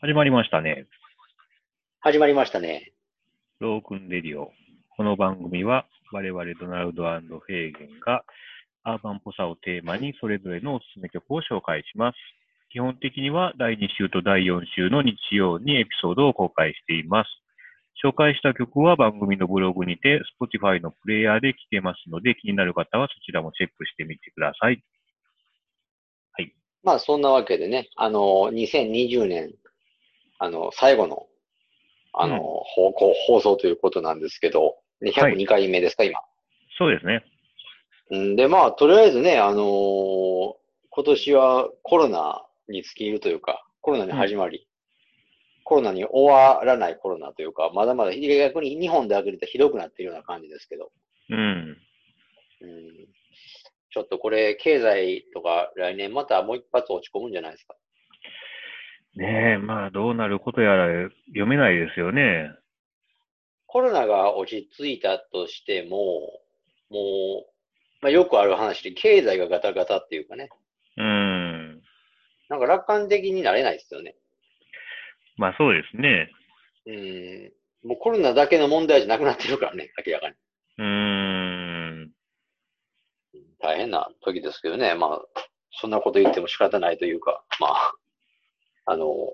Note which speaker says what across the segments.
Speaker 1: 始まりましたね。
Speaker 2: 始まりましたね。
Speaker 1: ロークンレディオ。この番組は、我々ドナルドフェーゲンが、アーバンっぽさをテーマに、それぞれのおすすめ曲を紹介します。基本的には、第2週と第4週の日曜にエピソードを公開しています。紹介した曲は番組のブログにて、Spotify のプレイヤーで聴けますので、気になる方はそちらもチェックしてみてください。
Speaker 2: まあそんなわけでね、あの、2020年、あの、最後の、あの、
Speaker 1: うん
Speaker 2: 放送放送ということなんですけど、ね
Speaker 1: はい
Speaker 2: 102回目ですか、
Speaker 1: そうですね。
Speaker 2: 今。うん、で、まあ、とりあえずね、あのー今年はコロナに尽きるというか、コロナに始まり、コロナに終わらないコロナというか、まだまだ逆に日本であげるとひどくなっているような感じですけど、
Speaker 1: うん。
Speaker 2: うんちょっとこれ、経済とか来年またもう一発落ち込むんじゃないですか。
Speaker 1: ねえ、まあ、どうなることやら読めないですよね。
Speaker 2: コロナが落ち着いたとしても、もう、まあ、よくある話で、経済がガタガタっていうかね、
Speaker 1: うん。
Speaker 2: なんか楽観的になれないですよね。
Speaker 1: まあ、そうですね。
Speaker 2: うん、もうコロナだけの問題じゃなくなってるからね、明らかに。
Speaker 1: うーん。
Speaker 2: 大変な時ですけどね、まあ、そんなこと言っても仕方ないというか、まあ、あの、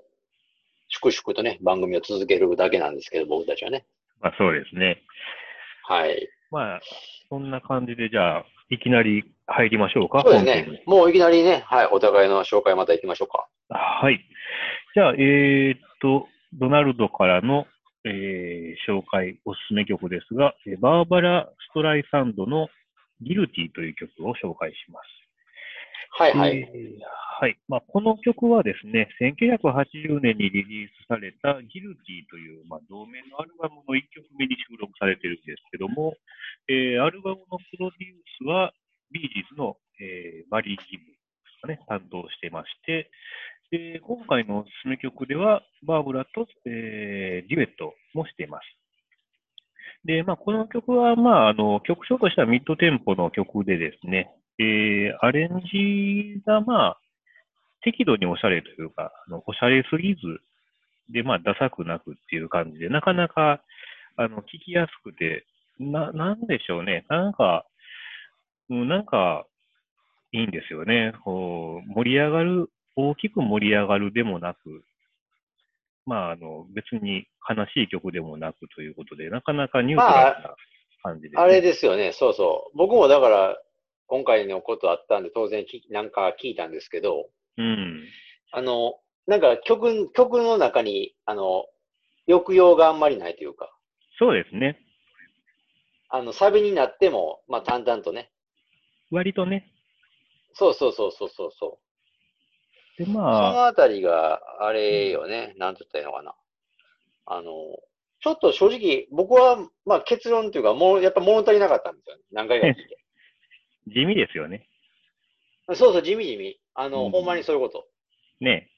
Speaker 2: 粛々とね、番組を続けるだけなんですけど、僕たちはね。
Speaker 1: まあそうですね。
Speaker 2: はい。
Speaker 1: まあ、そんな感じで、じゃあ、いきなり入りましょうか、
Speaker 2: そうです
Speaker 1: 本編
Speaker 2: ね
Speaker 1: に。
Speaker 2: もういきなりね、はい、お互いの紹介また行きましょうか。
Speaker 1: はい。じゃあ、えーっと、ドナルドからの、えー紹介、おすすめ曲ですが、えーバーバラ・ストライサンドのギルティという曲を紹介します。
Speaker 2: はいはい。
Speaker 1: えーはいまあ、この曲はですね、1980年にリリースされたギルティという、まあ、同名のアルバムの1曲目に収録されているんですけども、えーアルバムのプロデュースはビージーズの、えーマリー・ギブですかね、担当してまして、で今回のおすすめ曲では、バーブラと、えーデュエットもしています。で、まあ、この曲は、まあ、あの、曲調としてはミッドテンポの曲でですね、えーアレンジが、まあ、適度におしゃれというか、あのおしゃれすぎず、で、まあ、ダサくなくっていう感じで、なかなか、あの、聞きやすくて、な、なんでしょうね。なんか、うんなんか、いいんですよね。こう、盛り上がる、大きく盛り上がるでもなく、まあ、あの、別に悲しい曲でもなくということで、なかなかニュートラルな感じです、ね
Speaker 2: あれですよね、そうそう。僕もだから、今回のことあったんで、当然き、なんか聞いたんですけど、
Speaker 1: うん。
Speaker 2: あの、なんか曲、曲の中に、あの、抑揚があんまりないというか、
Speaker 1: そうですね。
Speaker 2: あの、サビになっても、まあ、淡々とね。
Speaker 1: 割とね。
Speaker 2: そうそうそうそうそうそう。
Speaker 1: で、
Speaker 2: そ
Speaker 1: まあ、
Speaker 2: のあたりが、あれよね、なんて言ったらいいのかな。あの、ちょっと正直、僕は、まあ結論というか、もう、やっぱ物足りなかったんですよね。何回か 聞いて。
Speaker 1: 地味ですよね。
Speaker 2: そうそう、地味地味。あの、
Speaker 1: うん
Speaker 2: ほんまにそういうこと。
Speaker 1: ね。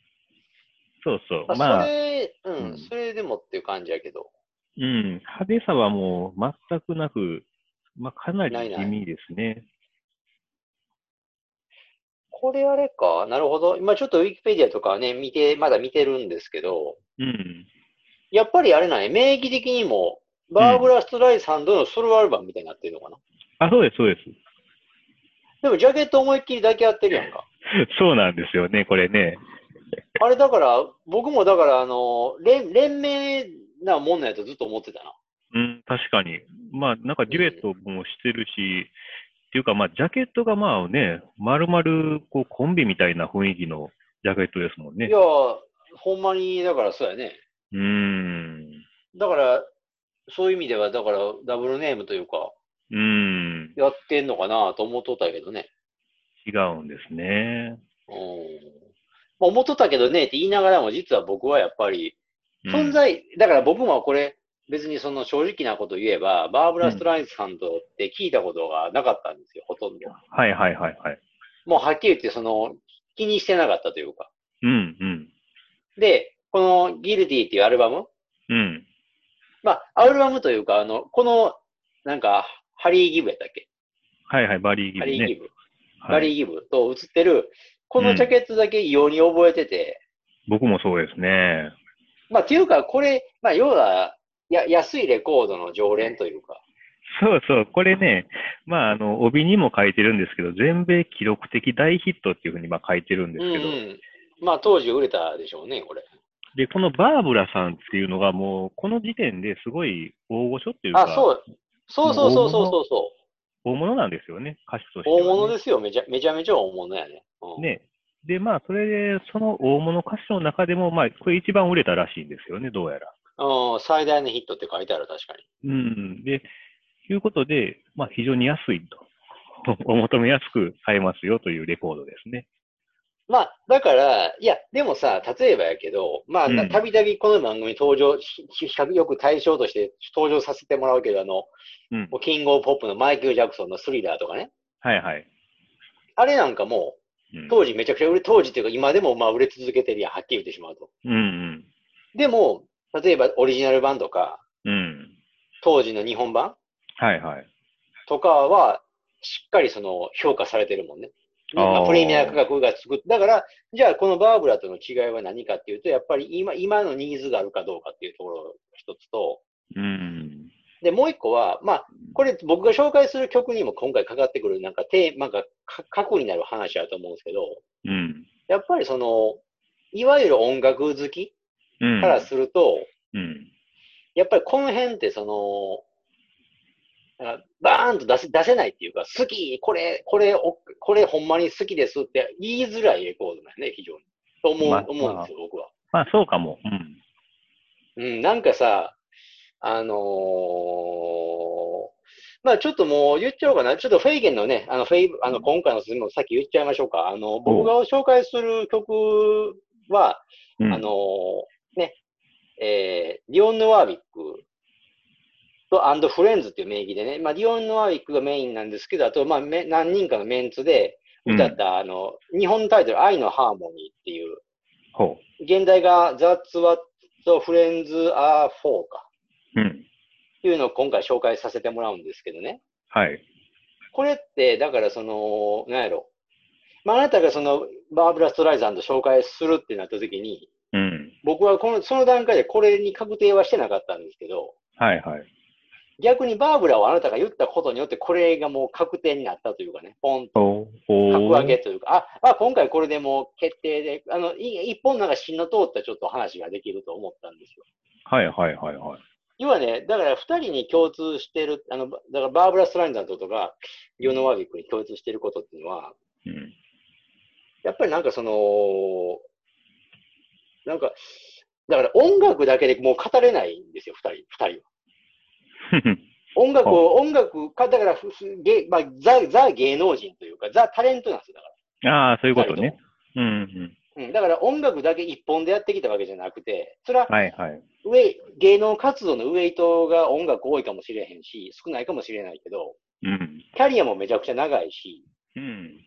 Speaker 1: そうそう。
Speaker 2: まあ、
Speaker 1: ま
Speaker 2: そ
Speaker 1: あ、
Speaker 2: れ、うん、
Speaker 1: うん
Speaker 2: それでもっていう感じやけど。
Speaker 1: うん。派手さはもう全くなく、まあ、かなり
Speaker 2: ない
Speaker 1: 地
Speaker 2: ない
Speaker 1: 味ですね。
Speaker 2: これあれか、なるほど。今ちょっとウィキペディアとかね、見て、まだ見てるんですけど、
Speaker 1: うん。
Speaker 2: やっぱりあれなんや、名義的にも、バーブラ・ストライサンドのソロアルバムみたいになってるのかな。
Speaker 1: あ、そうです、そう です。
Speaker 2: でも、ジャケット思いっきりだけやってるやんか。
Speaker 1: そうなんですよね、これね。
Speaker 2: あれだから、僕もだから、あの、連、連名なもんなんやとずっと思ってたな。
Speaker 1: うん、確かに。まあ、なんかデュエットもしてるし、っていうか、まあ、ジャケットがまあね、丸々、こう、コンビみたいな雰囲気のジャケットですもんね
Speaker 2: いや。ー、ほんまに、だからそうやね。
Speaker 1: うん。
Speaker 2: だから、そういう意味では、だから、ダブルネームというか、
Speaker 1: うん。
Speaker 2: やってんのかなと思っとったけどね。
Speaker 1: 違うんですね。
Speaker 2: うん。まあ思っとったけどねって言いながらも、実は僕はやっぱり、
Speaker 1: うん
Speaker 2: 存在、だから僕もこれ、別にその正直なこと言えば、バーブラ・ストライスさんとって聞いたことがなかったんですよ、ほとんど。
Speaker 1: はいはいはいはい。
Speaker 2: もうはっきり言って、その、気にしてなかったというか。
Speaker 1: うんうん。
Speaker 2: で、このギルティっていうアルバム
Speaker 1: うん。
Speaker 2: まあ、アルバムというか、あの、この、なんか、ハリー・ギブやったっけ、
Speaker 1: はいはい、バリーギ
Speaker 2: ハ
Speaker 1: ブ
Speaker 2: リー・ギ
Speaker 1: ね。
Speaker 2: ブ、
Speaker 1: は
Speaker 2: ハリ
Speaker 1: い
Speaker 2: ー・ギブと映ってる、このジャケットだけ異様に覚えてて、
Speaker 1: 僕もそうですね。
Speaker 2: まあ、っていうか、これ、まあ、要は、や、安いレコードの常連というか。
Speaker 1: そうそう、これね、まあ、あの、帯にも書いてるんですけど、全米記録的大ヒットっていうふうにまあ書いてるんで
Speaker 2: う
Speaker 1: す
Speaker 2: ん、う
Speaker 1: けど、
Speaker 2: ん。まあ、当時売れたでしょうね、これ。
Speaker 1: で、このバーブラさんっていうのがもう、この時点ですごい大御所っていうか、
Speaker 2: あ、そう。そうそうそうそうそうそ
Speaker 1: 大物なんですよね、歌手として
Speaker 2: う。
Speaker 1: はね、
Speaker 2: 大物ですよ。めちゃめちゃめちゃ大物やね。うん、
Speaker 1: ね。で、まあ、それで、その大物歌手の中でも、まあ、これ一番売れたらしいんですよね、どうやら。
Speaker 2: うん。最大のヒットって書いてある、確かに。
Speaker 1: うん。で、いうことで、まあ、非常に安いと。 お求めやすく買えますよというレコードですね。
Speaker 2: まあ、だから、いや、でもさ、例えばやけど、まあ、
Speaker 1: うん
Speaker 2: なたびたびこの番組登場、ひひ比較よく対象として登場させてもらうけど、あの、
Speaker 1: うん
Speaker 2: もうキングオブポップのマイケル・ジャクソンのスリラーとかね。
Speaker 1: はいはい。
Speaker 2: あれなんかも
Speaker 1: うん
Speaker 2: う、当時めちゃくちゃ売れ、当時っていうか今でもまあ売れ続けてるやん、はっきり言ってしまうと。
Speaker 1: うん
Speaker 2: でも、例えばオリジナル版とか、
Speaker 1: うん。うん。
Speaker 2: 当時の日本版
Speaker 1: はいはい。
Speaker 2: とかは、しっかりその評価されてるもんね。
Speaker 1: あー
Speaker 2: まあプレミア価格がつく。だから、じゃあこのバーブラとの違いは何かっていうと、やっぱり今、今のニーズがあるかどうかっていうところ一つと、
Speaker 1: うん。
Speaker 2: で、もう一個は、まあ、これ僕が紹介する曲にも今回かかってくるなんかテーマがか過去になる話だと思うんですけど、
Speaker 1: うん。
Speaker 2: やっぱりその、いわゆる音楽好き
Speaker 1: うん。
Speaker 2: からすると、
Speaker 1: うん。
Speaker 2: やっぱりこの辺ってその、なんかバーンと出せ出せないっていうか、好き、これ、これ、おこれほんまに好きですって言いづらいレコードなんやね、非常に。と思う、
Speaker 1: まあ
Speaker 2: 思うんですよ、僕は。
Speaker 1: まあ、そうかも。うん。
Speaker 2: うん、なんかさ、あのーまあちょっともう言っちゃおうかな。ちょっとフェイゲンのね、あの、フェイ、あの、今回の質問さっき言っちゃいましょうか。あの、僕が紹介する曲は、
Speaker 1: うん、
Speaker 2: あのーね、えー、ディオン・ヌワービックとアンド・フレンズっていう名義でね、まあ、ディオン・ヌワービックがメインなんですけど、あと、まあ、め何人かのメンツで歌った、あの、日本のタイトル、愛のハーモニーっていう、
Speaker 1: ほ
Speaker 2: 現代が That's What Friends Are For か、
Speaker 1: う。うん。
Speaker 2: っていうのを今回紹介させてもらうんですけどね。
Speaker 1: はい。
Speaker 2: これって、だからその、なんやろ。まあ、あなたがその、バーブラ・ストライザンド紹介するってなった時に、
Speaker 1: うん。
Speaker 2: 僕はこの、その段階でこれに確定はしてなかったんですけど、
Speaker 1: はいはい。
Speaker 2: 逆にバーブラをあなたが言ったことによって、これがもう確定になったというかね、ポンと
Speaker 1: ほう。ほう。
Speaker 2: 格上げというか、あ、あ今回これでもう決定で、あの、い一本なんか芯の通ったちょっと話ができると思ったんですよ。
Speaker 1: はいはいはいはい。
Speaker 2: 要はね、だから二人に共通してる、あの、だからバーブラ・ストライダンドとか、ユノ・ワービックに共通してることっていうのは、
Speaker 1: うん。
Speaker 2: やっぱりなんかその、なんか、だから音楽だけでもう語れないんですよ、二人、二人は。音楽を、音楽か、だからふふ芸、まあ、ザ、ザ芸能人というか、ザタレントなんですよ、だか
Speaker 1: ああ、そういう
Speaker 2: ら。
Speaker 1: ことね。うん、うん。
Speaker 2: 二人とも。うん、だから音楽だけ一本でやってきたわけじゃなくて、それは
Speaker 1: はいはい。
Speaker 2: 上、芸能活動のウェイトが音楽多いかもしれへんし、少ないかもしれないけど、
Speaker 1: うん。
Speaker 2: キャリアもめちゃくちゃ長いし、
Speaker 1: うん。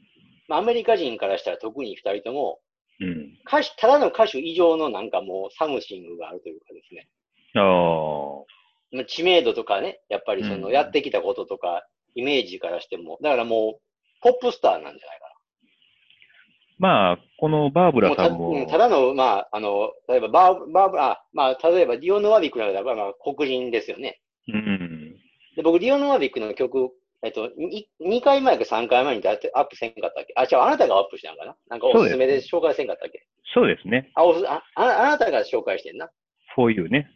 Speaker 2: まあ、アメリカ人からしたら特に二人とも、
Speaker 1: うん。
Speaker 2: 歌手、ただの歌手以上のなんかもうサムシングがあるというかですね。
Speaker 1: ああ。
Speaker 2: まあ知名度とかね、やっぱりその
Speaker 1: うん
Speaker 2: やってきたこととか、イメージからしても、だからもう、ポップスターなんじゃないか
Speaker 1: まあ、このバーブ
Speaker 2: な。
Speaker 1: ラさん
Speaker 2: もうたうん
Speaker 1: も、
Speaker 2: ただの、まあ、あの、例えばバー、バーブラ、あまあ、例えばディオ・ノワビックなんかだから、まあ、黒人ですよね。
Speaker 1: うん。
Speaker 2: で、僕、ディオ・ノワビックの曲、えっと、2回前か3回前にだってアップせんかったっけあ、違う、あなたがアップしたんかななんかおすすめで紹介せんかったっけ
Speaker 1: そうですね。
Speaker 2: あおすああな、あなたが紹介してんな。
Speaker 1: For you ね。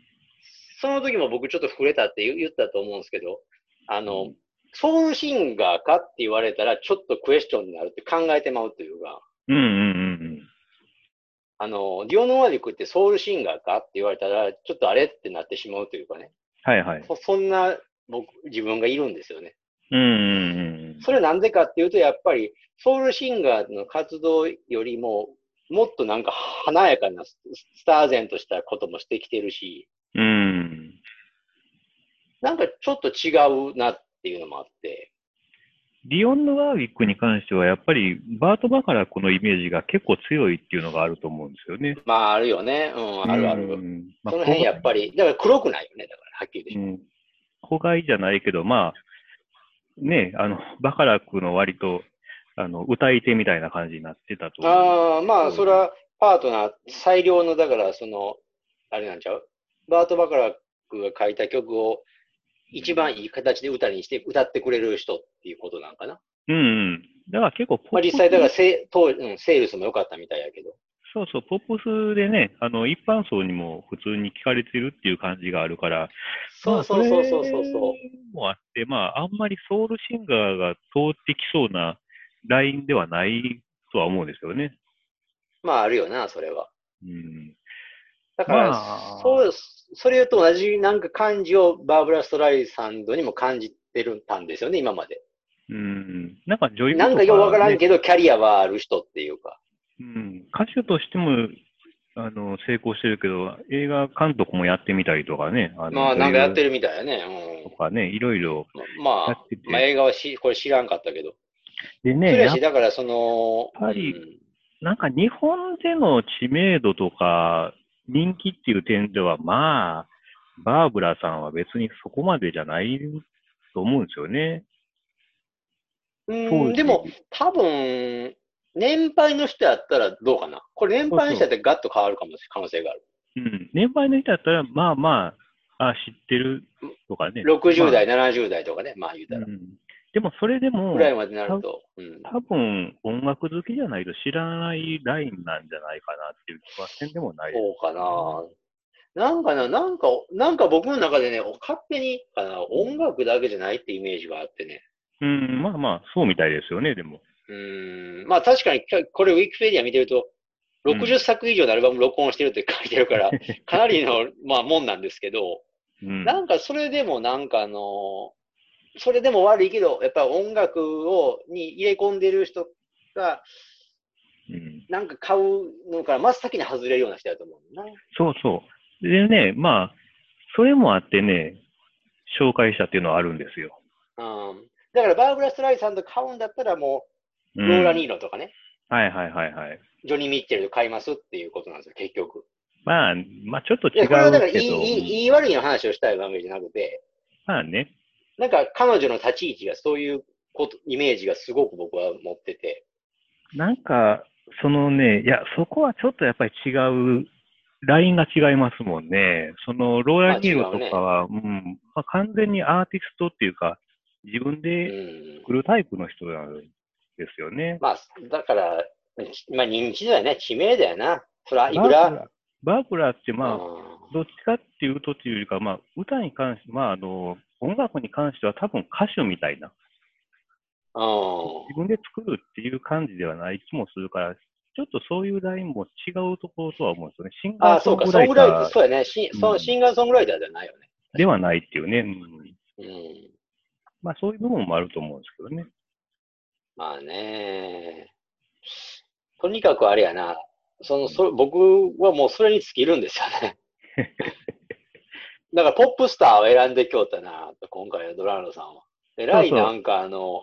Speaker 2: その時も僕ちょっと触れたって言言ったと思うんですけど、あの、
Speaker 1: うん
Speaker 2: ソウルシンガーかって言われたら、ちょっとクエスチョンになるって考えてまうというか、
Speaker 1: うんうん
Speaker 2: あの、ディオノワリックってソウルシンガーかって言われたら、ちょっとあれってなってしまうというかね、
Speaker 1: うん。はいはい。
Speaker 2: そそんな僕、自分がいるんですよね。
Speaker 1: うんうんうん。
Speaker 2: それなんでかっていうと、やっぱりソウルシンガーの活動よりも、もっとなんか華やかなススターゼンとしたこともしてきてるし、
Speaker 1: うん。
Speaker 2: なんかちょっと違うなっていうのもあって、
Speaker 1: ディオン・ヌワーウィックに関しては、やっぱりバート・バカラックのイメージが結構強いっていうのがあると思うんですよね。
Speaker 2: まああるよね。うん、あるある。
Speaker 1: うんまあ
Speaker 2: その辺やっぱり、だから黒くないよね、だから、はっきり言ってしまう
Speaker 1: うん、子飼いじゃないけど、まあ、ね、あの、バカラックの割と、あの、歌い手みたいな感じになってたと思う。
Speaker 2: ああ、まあ、それは、パートナー、最良の、だから、その、あれなんちゃうバート・バカラックが書いた曲を一番いい形で歌にして歌ってくれる人っていうことなんかな。
Speaker 1: うんうん。だから結構ポップス、
Speaker 2: まあ実際、だか らセ、当うん、セールスも良かったみたいやけど。
Speaker 1: そうそう、ポップスでね、あの、一般層にも普通に聞かれてるっていう感じがあるから、
Speaker 2: そうそうそうそうそう
Speaker 1: ま
Speaker 2: そ
Speaker 1: あれもあって、まあ、あんまりソウルシンガーが通ってきそうなラインではないとは思うんですよね。
Speaker 2: う。まああるよな、それは。
Speaker 1: うん。
Speaker 2: だか
Speaker 1: ま
Speaker 2: ら、
Speaker 1: あ
Speaker 2: そう、それと同じなんか感じをバーブラ・ストライサンドにも感じてるたんですよね、今まで。
Speaker 1: うん。なんか女優と
Speaker 2: なんかよくわからん
Speaker 1: ね
Speaker 2: けど、キャリアはある人っていうか。
Speaker 1: うん。歌手としても、あの、成功してるけど、映画監督もやってみたりとかね。あの
Speaker 2: まあなんかやって
Speaker 1: る。
Speaker 2: るみたいやね。
Speaker 1: と
Speaker 2: う
Speaker 1: かね、いろいろ
Speaker 2: ん。ま
Speaker 1: や
Speaker 2: あ
Speaker 1: っ、てて。
Speaker 2: まあ映画はしこれ知らんかったけど。
Speaker 1: で
Speaker 2: そ
Speaker 1: ね、
Speaker 2: れや
Speaker 1: やっ
Speaker 2: し、だからその、
Speaker 1: やっぱり
Speaker 2: うん
Speaker 1: なんか日本での知名度とか人気っていう点では、まあ、バーブラさんは別にそこまでじゃないと思うんですよね。
Speaker 2: う
Speaker 1: 当
Speaker 2: ん、
Speaker 1: 時
Speaker 2: でも、、多分、年配の人やったらどうかな。これ年配の人やったらガッと変わるかもし可能性がある。
Speaker 1: うん、年配の人だったら、まあまあ、あ知ってるとかね。
Speaker 2: 60代、70代とかね、まあ言うた
Speaker 1: まあ
Speaker 2: ら
Speaker 1: う。んでもそれでも
Speaker 2: ぐ、らいまでなると。うん。
Speaker 1: 多分音楽好きじゃないと知らないラインなんじゃないかなっていう気はせんでもない。
Speaker 2: そうかな。なんかな、なんか、なんか僕の中でね、お勝手にかな、音楽だけじゃないってイメージがあってね。
Speaker 1: うん、まあまあ、そうみたいですよね、でも。
Speaker 2: うーん、まあ確かに、きゃこれウィキペディア見てると、
Speaker 1: うん
Speaker 2: 60作以上のアルバム録音してるって書いてる から、かなりの、まあ、もんなんですけど、
Speaker 1: うん、
Speaker 2: なんかそれでもなんかあの、それでも悪いけど、やっぱり音楽を、に入れ込んでる人が、
Speaker 1: うん
Speaker 2: なんか買うのから真っ先に外れるような人だと思うな。
Speaker 1: そうそう。でね、まあ、それもあってね、紹介したっていうのはあるんですよ。
Speaker 2: うん。だからバーブラ・ストライさんと買うんだったらも
Speaker 1: う
Speaker 2: う、
Speaker 1: ん
Speaker 2: ローラ・ニーロとかね、
Speaker 1: はいはいはいはい。
Speaker 2: ジョニー・ミッチェルと買いますっていうことなんですよ、結局。
Speaker 1: まあ、まあちょっと
Speaker 2: い
Speaker 1: 違う
Speaker 2: や、
Speaker 1: け
Speaker 2: これはだからいい、
Speaker 1: ど、
Speaker 2: いい、いい悪いの話をしたいわけじゃなくて、
Speaker 1: まあね、
Speaker 2: なんか彼女の立ち位置がそういうこと、イメージがすごく僕は持ってて。
Speaker 1: なんか、そのね、いや、そこはちょっとやっぱり違う、ラインが違いますもんね。その、ローラ・ニーロとかは、うん、まあ、完全にアーティストっていうか、自分
Speaker 2: う
Speaker 1: で
Speaker 2: ん。
Speaker 1: 作るタイプの人なんですよね。
Speaker 2: まあ、だから、まあ認知度やね、知名度やな。そら、いくら、
Speaker 1: バークラーってまあ、
Speaker 2: うん
Speaker 1: どっちかっていうとっていうよりか、まあ、歌に関して、まあ、あの、音楽に関しては多分歌手みたいな、
Speaker 2: うん
Speaker 1: 自分で作るっていう感じではない気もするから、ちょっとそういうラインも違うところとは思うんですよね。シン
Speaker 2: あ
Speaker 1: ガ
Speaker 2: あ、
Speaker 1: ー
Speaker 2: そ
Speaker 1: ソ
Speaker 2: う
Speaker 1: ン
Speaker 2: か、
Speaker 1: グ
Speaker 2: ソ
Speaker 1: ラ
Speaker 2: ン
Speaker 1: イ
Speaker 2: グ
Speaker 1: タ
Speaker 2: ライター、
Speaker 1: ー
Speaker 2: そうやね、し
Speaker 1: うん
Speaker 2: そうシンガーソングライターじゃないよね。
Speaker 1: ではないっていうね。うん、
Speaker 2: うん。
Speaker 1: まあ、そういう部分もあると思うんですけどね。
Speaker 2: まあね。とにかくあれやな。その、そ僕はもうそれに尽きるんですよ ね。だから、ポップスターを選んできょうたな、今回のドラーノさんは。えらい
Speaker 1: そうそう
Speaker 2: なんかあの、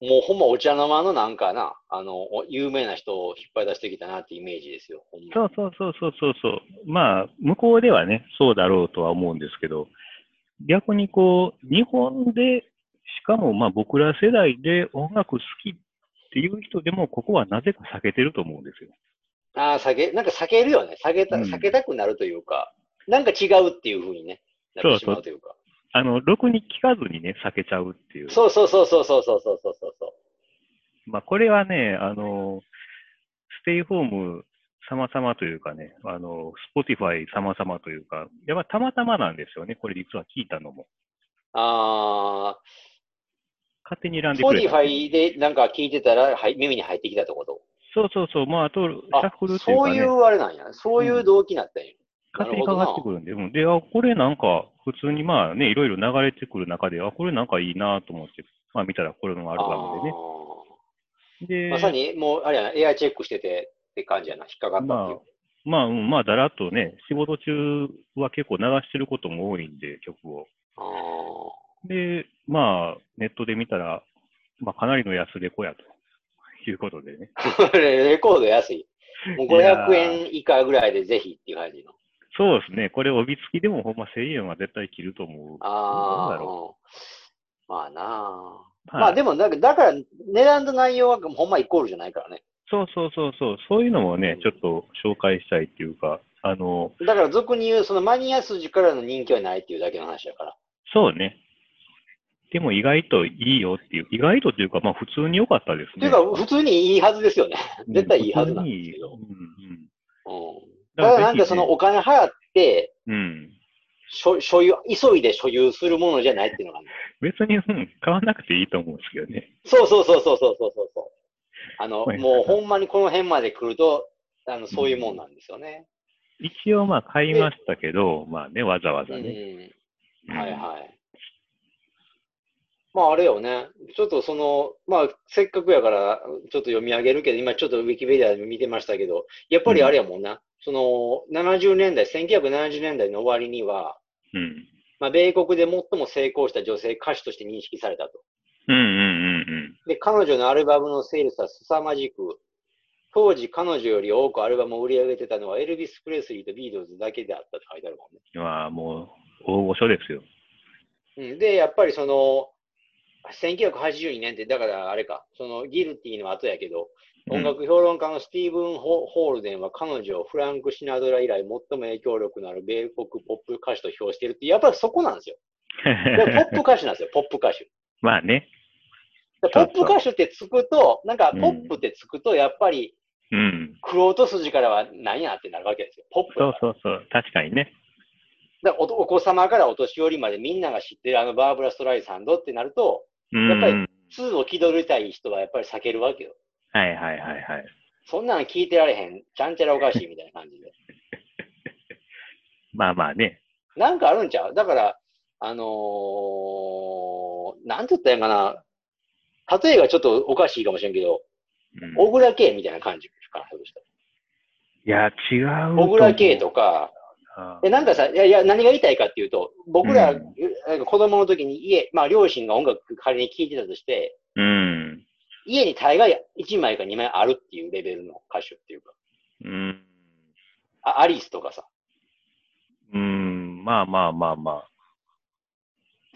Speaker 2: もうほんまお茶の間のなんかな、あの、お有名な人を引っ張り出してきたなってイメージですよ。ほん
Speaker 1: そ
Speaker 2: ま
Speaker 1: うそうそうそうそうそう。まあ、向こうではね、そうだろうとは思うんですけど、逆にこう、日本で、しかもまあ僕ら世代で音楽好きっていう人でも、ここはなぜか避けてると思うんですよ。
Speaker 2: ああ、避け、なんか避けるよね。避けた、
Speaker 1: うん
Speaker 2: 避けたくなるというか、なんか違うっていうふうにね、なってしまうというか。
Speaker 1: あの、ろくに聞かずにね、避けちゃうっていう。
Speaker 2: そうそうそうそうそうそうそうそうそう。
Speaker 1: まあこれはね、あの、ステイホーム様々というかね、あの、スポティファイ様々というか、やっぱたまたまなんですよね、これ実は聞いたのも。
Speaker 2: あ
Speaker 1: 勝手に選
Speaker 2: あ、
Speaker 1: んでくれた。
Speaker 2: Spotify でなんか聞いてたら、はい、耳に入ってきたってこと
Speaker 1: そうそうそう、まあ、あと、シャッ
Speaker 2: あ
Speaker 1: フル、っていう
Speaker 2: そ
Speaker 1: か、
Speaker 2: う
Speaker 1: ね、
Speaker 2: いうあれなんや。そういう動機になったんや。
Speaker 1: 勝手にかかってくるんで、うんで、あ、これなんか、普通にまあね、いろいろ流れてくる中で、あ、これなんかいいなと思って、まあ見たらこれのアルバムでね。で、
Speaker 2: あーまさに、もう、あれやな、エアチェックしててって感じやな。引っかかったっていう。
Speaker 1: まあ、うんまあ、だらっとね、仕事中は結構流してることも多いんで、曲を。
Speaker 2: あ
Speaker 1: で、まあ、ネットで見たら、まあ、かなりの安レコやということでね。
Speaker 2: あー レコード安い。もう
Speaker 1: いや
Speaker 2: 500
Speaker 1: ー
Speaker 2: 円以下ぐらいでぜひっていう感じの。
Speaker 1: そうですね、これ帯付きでもほんま1000円は絶対切ると思う。
Speaker 2: あ
Speaker 1: どうだ
Speaker 2: あ、うんまあなあ。
Speaker 1: はい
Speaker 2: まあでもだ、だから、値段と内容はほんまイコールじゃないからね。
Speaker 1: そうそうそうそう、そういうのもね、ちょっと紹介したいっていうか、あの、
Speaker 2: だから、俗に言う、そのマニア筋からの人気はないっていうだけの話だから。
Speaker 1: そうね。でも意外といいよっていう、意外とというか、まあ普通に良かったです
Speaker 2: とい
Speaker 1: ね。
Speaker 2: うか、普通にいいはずですよね。
Speaker 1: うん
Speaker 2: 絶対いいはずなんですけど。
Speaker 1: 普通にうんうん
Speaker 2: うん。だからなんかそのお金払って、
Speaker 1: うん。
Speaker 2: 所所有、急いで所有するものじゃないっていうのがね。
Speaker 1: 別に、うん、買わなくていいと思うんですけどね。
Speaker 2: そうそうそうそうそうそうそうそう。あの、
Speaker 1: はい
Speaker 2: もうほんまにこの辺まで来ると、あの、そういうもんなんですよね。
Speaker 1: 一応まあ買いましたけど、まあね、わざわざ
Speaker 2: うん
Speaker 1: ね。
Speaker 2: うん。はいはい。まああれよね。ちょっとその、まあせっかくやから、ちょっと読み上げるけど、今ちょっとウィキペディアで見てましたけど、やっぱりあれやもんな。その、70年代、1970年代の終わりには、
Speaker 1: うん。
Speaker 2: まあ、米国で最も成功した女性歌手として認識されたと。
Speaker 1: うんうんうんうん。
Speaker 2: で、彼女のアルバムのセールスは凄まじく、当時彼女より多くアルバムを売り上げてたのはエルビス・プレスリーとビートルズだけであったって書いてあるもんね。
Speaker 1: まあもう、大御所ですよ。
Speaker 2: うん、で、やっぱりその、1982年って、だからあれか、そのギルティの後やけど、
Speaker 1: うん
Speaker 2: 音楽評論家のスティーブン・ホホールデンは彼女をフランク・シナドラ以来最も影響力のある米国ポップ歌手と評しているって、やっぱりそこなんですよ。だからポップ歌手なんですよ、ポップ歌手。
Speaker 1: まあね。
Speaker 2: でポップ歌手ってつくと、なんかポップってつくと、やっぱり、
Speaker 1: うん。
Speaker 2: クロート筋からは何やってなるわけですよ。ポップだか
Speaker 1: そう
Speaker 2: ら
Speaker 1: そうそう。確かにね。
Speaker 2: だからおとお子様からお年寄りまでみんなが知ってるあのバーブラ・ストライサンドってなると、
Speaker 1: うん。
Speaker 2: やっぱり2を気取りたい人はやっぱり避けるわけよ。
Speaker 1: はいはいはいはい。
Speaker 2: そんなの聞いてられへん。ちゃんちゃらおかしいみたいな感じで。
Speaker 1: まあまあね。
Speaker 2: なんかあるんちゃうだから、あのー、なんて言ったらいいんかな。例えがちょっとおかしいかもしれんけど、
Speaker 1: うん
Speaker 2: 小倉圭みたいな感じかな、ひょっとしたら
Speaker 1: いや、違うと思う。
Speaker 2: 小倉圭とか、
Speaker 1: あー。
Speaker 2: で、なんかさ、いやいや、何が言いたいかっていうと、僕ら、
Speaker 1: うん
Speaker 2: なんか子供の時に家、まあ両親が音楽仮に聴いてたとして、
Speaker 1: うん。
Speaker 2: 家に大概1枚か2枚あるっていうレベルの歌手っていうか、
Speaker 1: うん。
Speaker 2: あアリスとかさ、
Speaker 1: うん。まあまあまあまあ。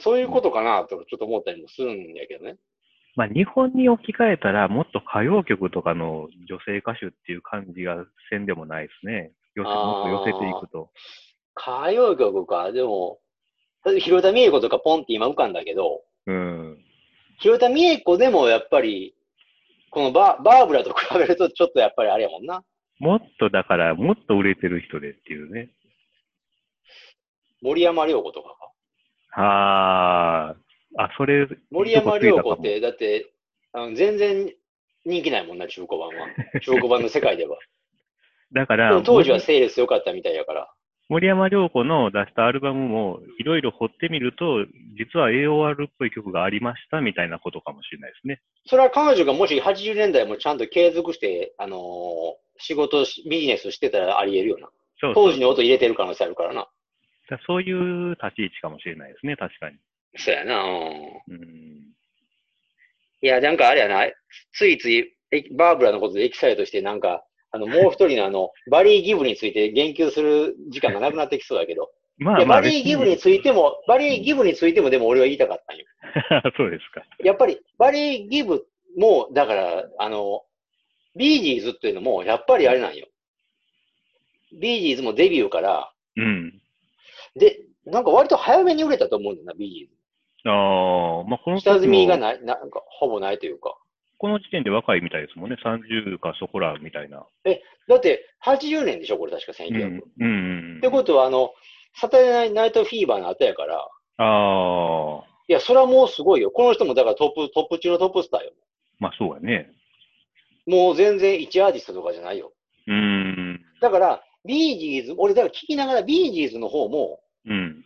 Speaker 2: そういうことかなとちょっと思ったりもするんやけどね。
Speaker 1: まあ、日本に置き換えたら、もっと歌謡曲とかの女性歌手っていう感じがせんでもないですね。寄せ
Speaker 2: あー
Speaker 1: もっと寄せていくと。
Speaker 2: 歌謡曲か、でも、広田美恵子とかポンって今浮かんだけど、
Speaker 1: うん。
Speaker 2: 広田美恵子でもやっぱり、このババーブラと比べるとちょっとやっぱりあれやもんな。
Speaker 1: もっとだから、もっと売れてる人でっていうね。
Speaker 2: 森山良子とかか。
Speaker 1: ああ、あ、それ、
Speaker 2: 森山良子って、だって、あの全然人気ないもんな、中 古版は。中古版の世界では。
Speaker 1: だか
Speaker 2: で
Speaker 1: ら
Speaker 2: も、当時はセールス良かったみたいやから。
Speaker 1: 森山良子の出したアルバムも、いろいろ掘ってみると、実は AOR っぽい曲がありましたみたいなことかもしれないですね。
Speaker 2: それは彼女がもし80年代もちゃんと継続して、あのー仕事し、ビジネスしてたらあり得るよな。
Speaker 1: そうそう
Speaker 2: 当時の音入れてる可能性あるからな。
Speaker 1: だからそういう立ち位置かもしれないですね、確かに。
Speaker 2: そうやな。うん。
Speaker 1: うん
Speaker 2: いや、なんかあれやな。ついつい、えバーブラのことでエキサイトして、なんか、あの、もう一人のあ の、バリー・ギブについて言及する時間がなくなってきそうだけど。
Speaker 1: ま
Speaker 2: い
Speaker 1: あ
Speaker 2: や
Speaker 1: まあ
Speaker 2: バ
Speaker 1: 別
Speaker 2: リ
Speaker 1: に、
Speaker 2: ー・ギブについても、バリー・ギブについてもでも俺は言いたかったんよ。
Speaker 1: そうですか。
Speaker 2: やっぱり、バリー・ギブも、だから、あの、ビージーズっていうのも、やっぱりあれなんよ。ビージーズもデビューから、
Speaker 1: うん。
Speaker 2: で、なんか割と早めに売れたと思うんだよな、ビージ
Speaker 1: ああ、まあこ
Speaker 2: ー
Speaker 1: の
Speaker 2: ズ。下積みが
Speaker 1: 時も
Speaker 2: ない、ななんか、ほぼないというか。
Speaker 1: この時点で若いみたいですもんね。30かそこらみたいな。
Speaker 2: だって、80年でしょ、これ確か
Speaker 1: う
Speaker 2: 1900。
Speaker 1: ん
Speaker 2: っ。
Speaker 1: うんうん
Speaker 2: てことは、あの、サタデーナイトフィーバーの後やから、
Speaker 1: ああ、
Speaker 2: いや、それはもうすごいよ。この人もだからトップ、トップ中のトップスターよ。
Speaker 1: まあそうやね。
Speaker 2: もう全然一アーティストとかじゃないよ。
Speaker 1: うん。
Speaker 2: だから、ビージーズ、俺、だから聞きながらビージーズの方も、
Speaker 1: うん。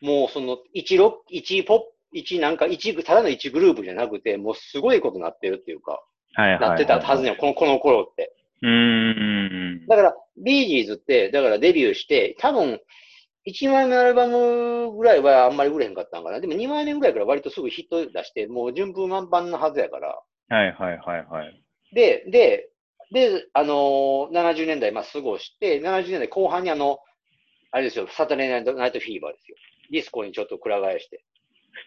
Speaker 2: もうその、一ロック、一ポップ、一なんか、一グ、ただの一グループじゃなくて、もうすごいことになってるっていうか、
Speaker 1: はいはい、はい。
Speaker 2: なってたはずねこの、この頃って。
Speaker 1: うーん。
Speaker 2: だから、ビージーズって、だからデビューして、多分、1枚目のアルバムぐらいはあんまり売れへんかったんかな。でも2枚目ぐらいから割とすぐヒット出して、もう順風満帆なはずやから。
Speaker 1: はいはいはいはい。
Speaker 2: で、で、で、あのー70年代、まあ、過ごして、70年代後半にあの、あれですよ、サタデーナイトナイトフィーバーですよ。ディスコにちょっとくら替えして。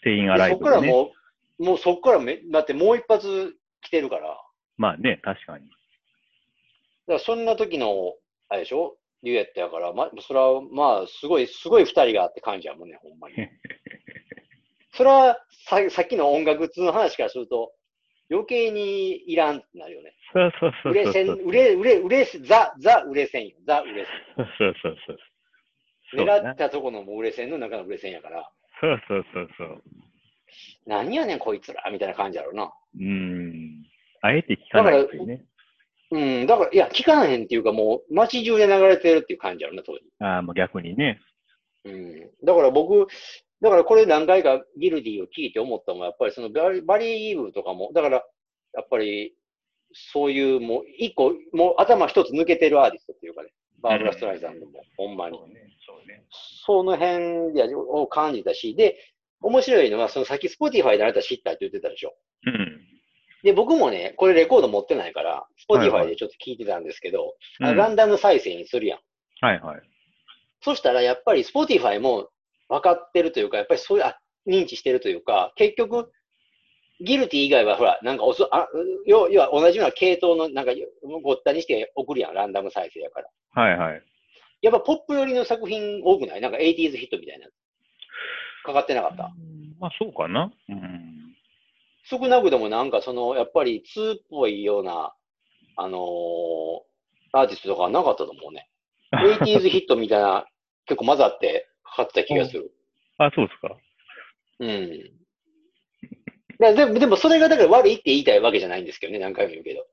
Speaker 1: ステイン
Speaker 2: で
Speaker 1: アライ
Speaker 2: そ
Speaker 1: ブ、
Speaker 2: こ
Speaker 1: ね。
Speaker 2: からもう、もうそっからめ、だってもう一発来てるから、だか
Speaker 1: まあね、確かに。
Speaker 2: らそんな時の、あれでしょデュエットやから、ま、それは、まあ、すごい、すごい二人がって感じやもんね、ほ んまに。それはさ、さっきの音楽通の話からすると、余計にいらんってなるよね。
Speaker 1: そうそうそうそう。
Speaker 2: 売れ線、売れ、売れ、売れ、ザ、ザ、売れ線よ。ザ、売れ
Speaker 1: そうそうそうそう。
Speaker 2: 線。
Speaker 1: そうや
Speaker 2: 狙
Speaker 1: な
Speaker 2: ったとこのもう売れ線の中の売れ線やから、
Speaker 1: そうそうそうそう。
Speaker 2: 何やねん、こいつらみたいな感じやろな。
Speaker 1: うーん。あえて聞かないっていうね。
Speaker 2: うん、だから、いや、聞かへんっていうか、もう、街中で流れてるっていう感じやろな、当時。
Speaker 1: ああ、もう逆にね。
Speaker 2: うん。だから僕、だからこれ何回かギルディを聞いて思ったのは、やっぱりそのバリバリー・イーブとかも、だから、やっぱり、そういう、もう、一個、もう頭一つ抜けてるアーティストっていうかね、バーブラ・ストライザンドも、ほんまに。
Speaker 1: うね、そうね。
Speaker 2: その辺でを感じたし、で、面白いのは、そのさっき Spotify であなた知ったって言ってたでしょ。
Speaker 1: うん。
Speaker 2: で、僕もね、これレコード持ってないから、
Speaker 1: はいは
Speaker 2: Spotify
Speaker 1: い
Speaker 2: でちょっと聞いてたんですけど、
Speaker 1: うん
Speaker 2: あのランダム再生にするやん。
Speaker 1: はいはい。
Speaker 2: そしたらやっぱり Spotify も分かってるというか、やっぱりそういう、あ、認知してるというか、結局、ギルティ以外はほら、なんかおそ、あ、要要は同じような系統の、なんか、ごったにして送るやん、ランダム再生やから。
Speaker 1: はいはい。
Speaker 2: やっぱポップ寄りの作品多くないなんか 80s ヒットみたいな。かかってなかった。
Speaker 1: うんまあそうかな。うん。
Speaker 2: 少なくともなんかその、やっぱり2っぽいような、あのーアーティストとかはなかったと思うね。80s ヒットみたいな、結構混ざってかかってた気がする。
Speaker 1: あ、そうですか。
Speaker 2: うん。だでも、でもそれがだから悪いって言いたいわけじゃないんですけどね、何回も言うけど。
Speaker 1: だか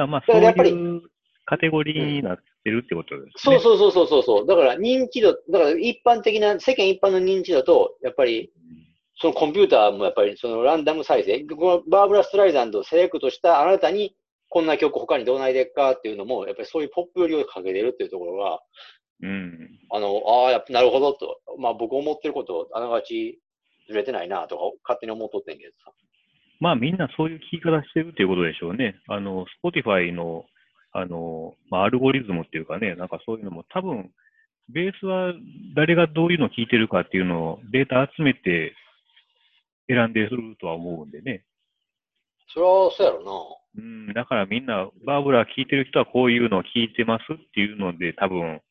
Speaker 1: らまあ
Speaker 2: だ
Speaker 1: そ
Speaker 2: か
Speaker 1: う
Speaker 2: らやっぱり
Speaker 1: いうカテゴリーになってるってことですね。
Speaker 2: そうそうそうそうそうそう。だから認知度、だから一般的な、世間一般の認知度と、やっぱり、そのコンピューターもやっぱりそのランダム再生、このバーブラ・ストライザンドをセレクトしたあなたに、こんな曲他にどうないでっかっていうのも、やっぱりそういうポップ寄りをかけてるっていうところが、
Speaker 1: うん。
Speaker 2: あの、ああ、やっぱなるほどと、まあ僕思ってること、あながちずれてないなとか、勝手に思っとってんけどさ。
Speaker 1: まあみんなそういう聞き方してるっていうことでしょうね。あの、Spotify の、あの、まあ、アルゴリズムっていうかね、なんかそういうのも多分、ベースは誰がどういうのを聞いてるかっていうのをデータ集めて選んでするとは思うんでね。
Speaker 2: それはそうやろな。
Speaker 1: うん、だからみんな、バーブラ聞いてる人はこういうのを聞いてますっていうので、多分、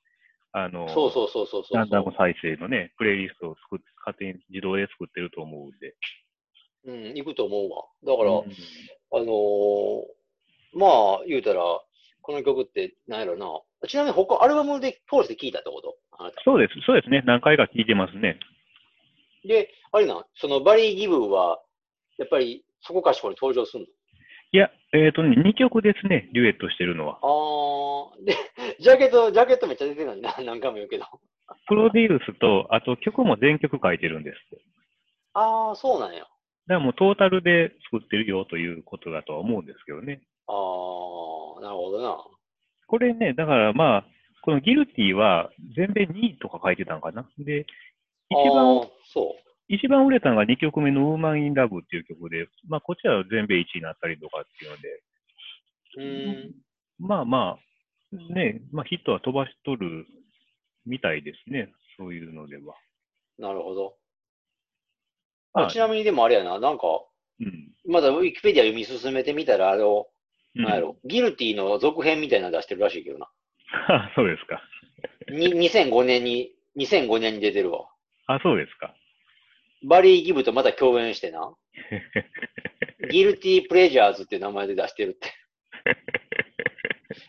Speaker 1: あの、
Speaker 2: そうそうそうそうそう。
Speaker 1: ランダム再生のね、プレイリストを作っ勝手に自動で作ってると思うんで。
Speaker 2: うん、行くと思うわ。だから、
Speaker 1: うん
Speaker 2: あのーまあ、言うたら、この曲って何やろな。ちなみに他、アルバムで通して聴いたってことあなた。
Speaker 1: そうです、そうですね。何回か聞いてますね。
Speaker 2: で、あれなん、そのバリー・ギブは、やっぱりそこかしこに登場する
Speaker 1: いや、えっ、とね、2曲ですね、デュエットしてるのは。
Speaker 2: の。あー、 で、ジャケット、ジャケットめっちゃ出てるのにな、何回も言うけど。
Speaker 1: プロデュースと、あと曲も全曲書いてるんですって。
Speaker 2: あー、そうなんや。
Speaker 1: だからもうトータルで作ってるよということだとは思うんですけどね。
Speaker 2: あー、なるほどな。
Speaker 1: これね、だからまあ、このギルティは全米2位とか書いてたのかな。で、一
Speaker 2: あ
Speaker 1: 番
Speaker 2: ー、そ
Speaker 1: 一番売れたのが2曲目のウーマン・イン・ラブっていう曲で、まあこっちは全米1位になったりとかっていうので、
Speaker 2: う。うーん。
Speaker 1: まあまあ、ね、まあヒットは飛ばしとるみたいですね、そういうのでは。
Speaker 2: なるほど。
Speaker 1: まあ
Speaker 2: ちなみにでもあれやな、なんか、
Speaker 1: うん。
Speaker 2: まだウィキペディア読み進めてみたら、あ
Speaker 1: う
Speaker 2: の、
Speaker 1: ん
Speaker 2: なんやろ、ギルティの続編みたいなの出してるらしいけどな。
Speaker 1: あそうですか。
Speaker 2: に2005年に、2005年に出てるわ。
Speaker 1: あ、そうですか。
Speaker 2: バリー・ギブとまた共演し てな。ギルティ・プレジャーズっていう名前で出して るって。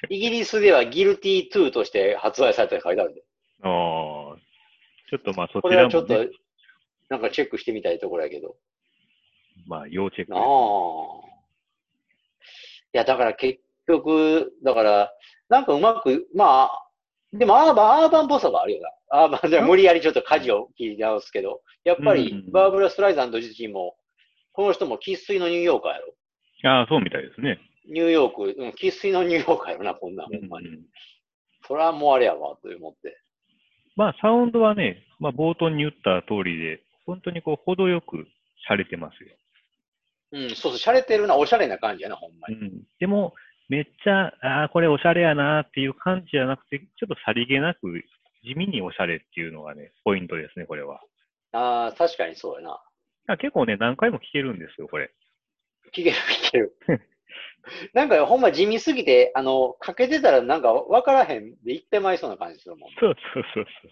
Speaker 2: イギリスではギルティ2として発売されたって書いてあるんで。
Speaker 1: ああ、ちょっとまあそ
Speaker 2: こ
Speaker 1: ち
Speaker 2: れ
Speaker 1: ら
Speaker 2: はちょ
Speaker 1: も、
Speaker 2: っと
Speaker 1: ね、、
Speaker 2: なんかチェックしてみたいところやけど。
Speaker 1: まあ要チェック
Speaker 2: なあ。いや、だから結局、だから、なんかうまく、まあ、でもアーバン、アーバンっぽさがあるよな。アーバン、じゃあ無理やりちょっと舵を切り直すけど、やっぱ
Speaker 1: うんうんう
Speaker 2: り
Speaker 1: ん
Speaker 2: バーブラ・ストライザンド自身も、この人も生粋のニューヨーカーやろ。
Speaker 1: ああ、そうみたいですね。
Speaker 2: ニューヨーク、うん、生粋のニューヨーカーやろな、こんなん、ほんまに。
Speaker 1: うん
Speaker 2: それはもうあれやわ、と思って。
Speaker 1: まあサウンドはね、まあ冒頭に言った通りで、本当にこう程よく洒落てますよ。
Speaker 2: うん、そうそう、洒落てるな、おしゃれな感じやな、ほんま
Speaker 1: う
Speaker 2: に。
Speaker 1: ん、でも、めっちゃ、ああ、これおしゃれやなっていう感じじゃなくて、ちょっとさりげなく、地味におしゃれっていうのがね、ポイントですね、これは。
Speaker 2: ああ、確かにそうやな。
Speaker 1: あ結構ね、何回も聴けるんですよ、これ。
Speaker 2: 聞ける、聞ける。なんかほんま地味すぎて、あの、かけてたらなんかわからへんで言ってまいそうな感じするもん。
Speaker 1: そうそうそうそう。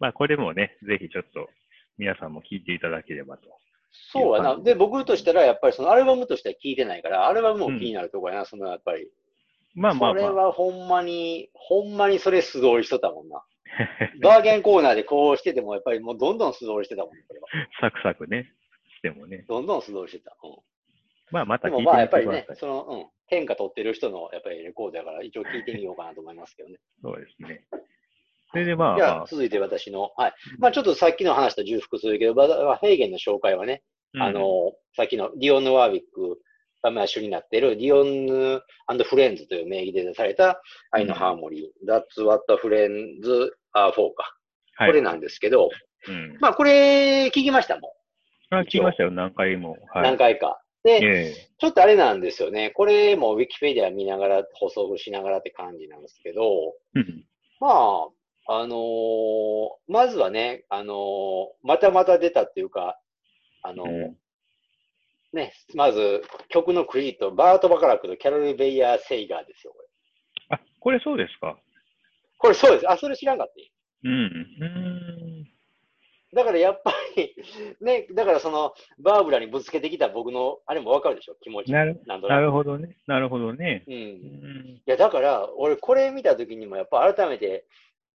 Speaker 1: まあ、これもね、ぜひちょっと皆さんも聴いていただければと。
Speaker 2: そうや
Speaker 1: いい
Speaker 2: な。
Speaker 1: 感じ
Speaker 2: で、僕としたらやっぱりそのアルバムとしては聞いてないから、アルバムも気になるとこやな、そのやっぱり。
Speaker 1: まあまあ
Speaker 2: それ
Speaker 1: まあ。
Speaker 2: はほんまに、ほんまにそれ素通りしとった もんな。バーゲンコーナーでこうしてても、やっぱりもうどんどん素通りしてたもん、これは。
Speaker 1: サクサクね、してもね。
Speaker 2: どんどん素通りしてた。うん
Speaker 1: まあ、また
Speaker 2: で
Speaker 1: 聴いて
Speaker 2: も
Speaker 1: み
Speaker 2: まあ、や
Speaker 1: て
Speaker 2: っ
Speaker 1: ください。
Speaker 2: ぱりね、その、うん、天下取ってる人の、やっぱりレコードやから、一応聞いてみようかなと思いますけどね。
Speaker 1: そうですね。それでまあ、
Speaker 2: じ
Speaker 1: ま
Speaker 2: ゃ
Speaker 1: あ
Speaker 2: あ、続いて私の、はい。まあ、ちょっとさっきの話と重複するけど、まあヘーゲンの紹介はね、
Speaker 1: うん
Speaker 2: あの、さっきのディオンヌ・ワービックがまあ主になっている、ディオンヌフレンズという名義で出された愛のハーモニー、That's What Friends Are For か。こ
Speaker 1: はい、
Speaker 2: れなんですけど、
Speaker 1: うん。
Speaker 2: まあこれ聞きましたも
Speaker 1: あ、聞きましたよ、何回も。
Speaker 2: ん。
Speaker 1: はい、
Speaker 2: 何回か。で、
Speaker 1: ええ
Speaker 2: ちょっとあれなんですよね。これも Wikipedia 見ながら、補足しながらって感じなんですけど、
Speaker 1: うん
Speaker 2: まあ、あのーまずはね、あのーまたまた出たっていうか、あのー
Speaker 1: うん
Speaker 2: ね、まず曲のクリジット、バート・バカラックとキャロル・ベイヤー・セイガーですよ、これ。
Speaker 1: あ、これそうですか。
Speaker 2: これそうです。あ、それ知らんかった。
Speaker 1: うん。うん。
Speaker 2: だからやっぱり、 ね、だからその、バーブラにぶつけてきた僕の、あれもわかるでしょ、気持ち。
Speaker 1: なる
Speaker 2: なんと
Speaker 1: な
Speaker 2: なく。
Speaker 1: るほどね。なるほどね。
Speaker 2: う。
Speaker 1: うんん、
Speaker 2: いや、だから、俺、これ見たときにも、やっぱ改めて、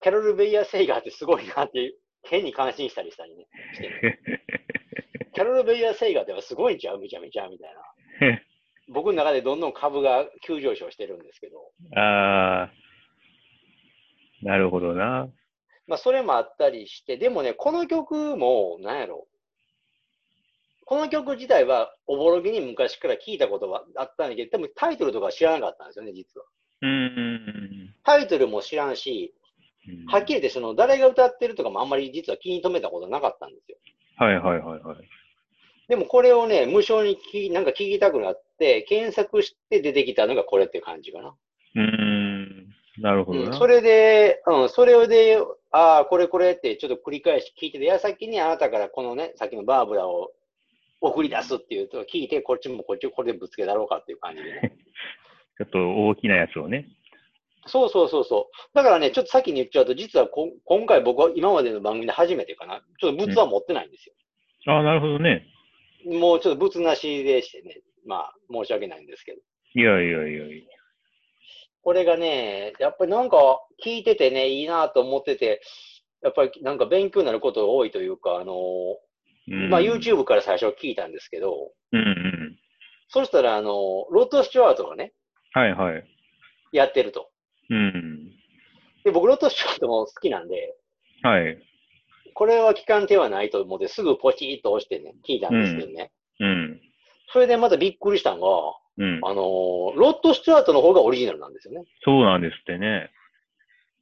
Speaker 2: キャロル・ベイヤー・セイガーってすごいなって、変に感心したりしたりね。してねキャロル・ベイヤー・セイガーってやっぱすごいんちゃうめちゃめちゃ、みたいな。僕の中でどんどん株が急上昇してるんですけど、
Speaker 1: ああ、なるほどな。
Speaker 2: まあ、それもあったりして、でもね、この曲も、なんやろ。この曲自体は、おぼろげに昔から聞いたことはあったんだけど、でもタイトルとかは知らなかったんですよね、実は。
Speaker 1: うん。
Speaker 2: タイトルも知らんし、
Speaker 1: うん
Speaker 2: はっきり言って、その、誰が歌ってるとかもあんまり実は気に留めたことなかったんですよ。
Speaker 1: はいはいはいはい。
Speaker 2: でもこれをね、無償に聞き、なんか聞きたくなって、検索して出てきたのがこれって感じかな。
Speaker 1: うん。なるほど
Speaker 2: うん、
Speaker 1: な。
Speaker 2: それで、うん、それで、ああ、これこれってちょっと繰り返し聞いてて、矢先にあなたからこのね、さっきのバーブラを送り出すっていうと聞いて、こっちもこっちもこれでぶつけだろうかっていう感じで、 ね。
Speaker 1: ちょっと大きなやつをね。
Speaker 2: そうそうそうそう。だからね、ちょっと先に言っちゃうと、実はこ今回僕は今までの番組で初めてかな。ちょっと物は持ってないんですよ。
Speaker 1: ああ、なるほどね。
Speaker 2: もうちょっと物なしでしてね、まあ申し訳ないんですけど。
Speaker 1: いやいやいやいや。
Speaker 2: これがね、やっぱりなんか聞いててね、いいなと思ってて、やっぱりなんか勉強になることが多いというか、あの
Speaker 1: うん
Speaker 2: まあ、YouTube から最初聞いたんですけど、
Speaker 1: うんうん。
Speaker 2: そしたら、あの、ロッド・スチュワートがね、
Speaker 1: はいはい。
Speaker 2: やってると。
Speaker 1: うん。
Speaker 2: で、僕、ロッド・スチュワートも好きなんで、
Speaker 1: はい。
Speaker 2: これは聞かん手はないと思って、すぐポチッと押してね、聞いたんですけどね。
Speaker 1: うん。
Speaker 2: それでまたびっくりしたのが、
Speaker 1: うん。
Speaker 2: あの、ロッド・スチュワートの方がオリジナルなんですよね。
Speaker 1: そうなんですってね。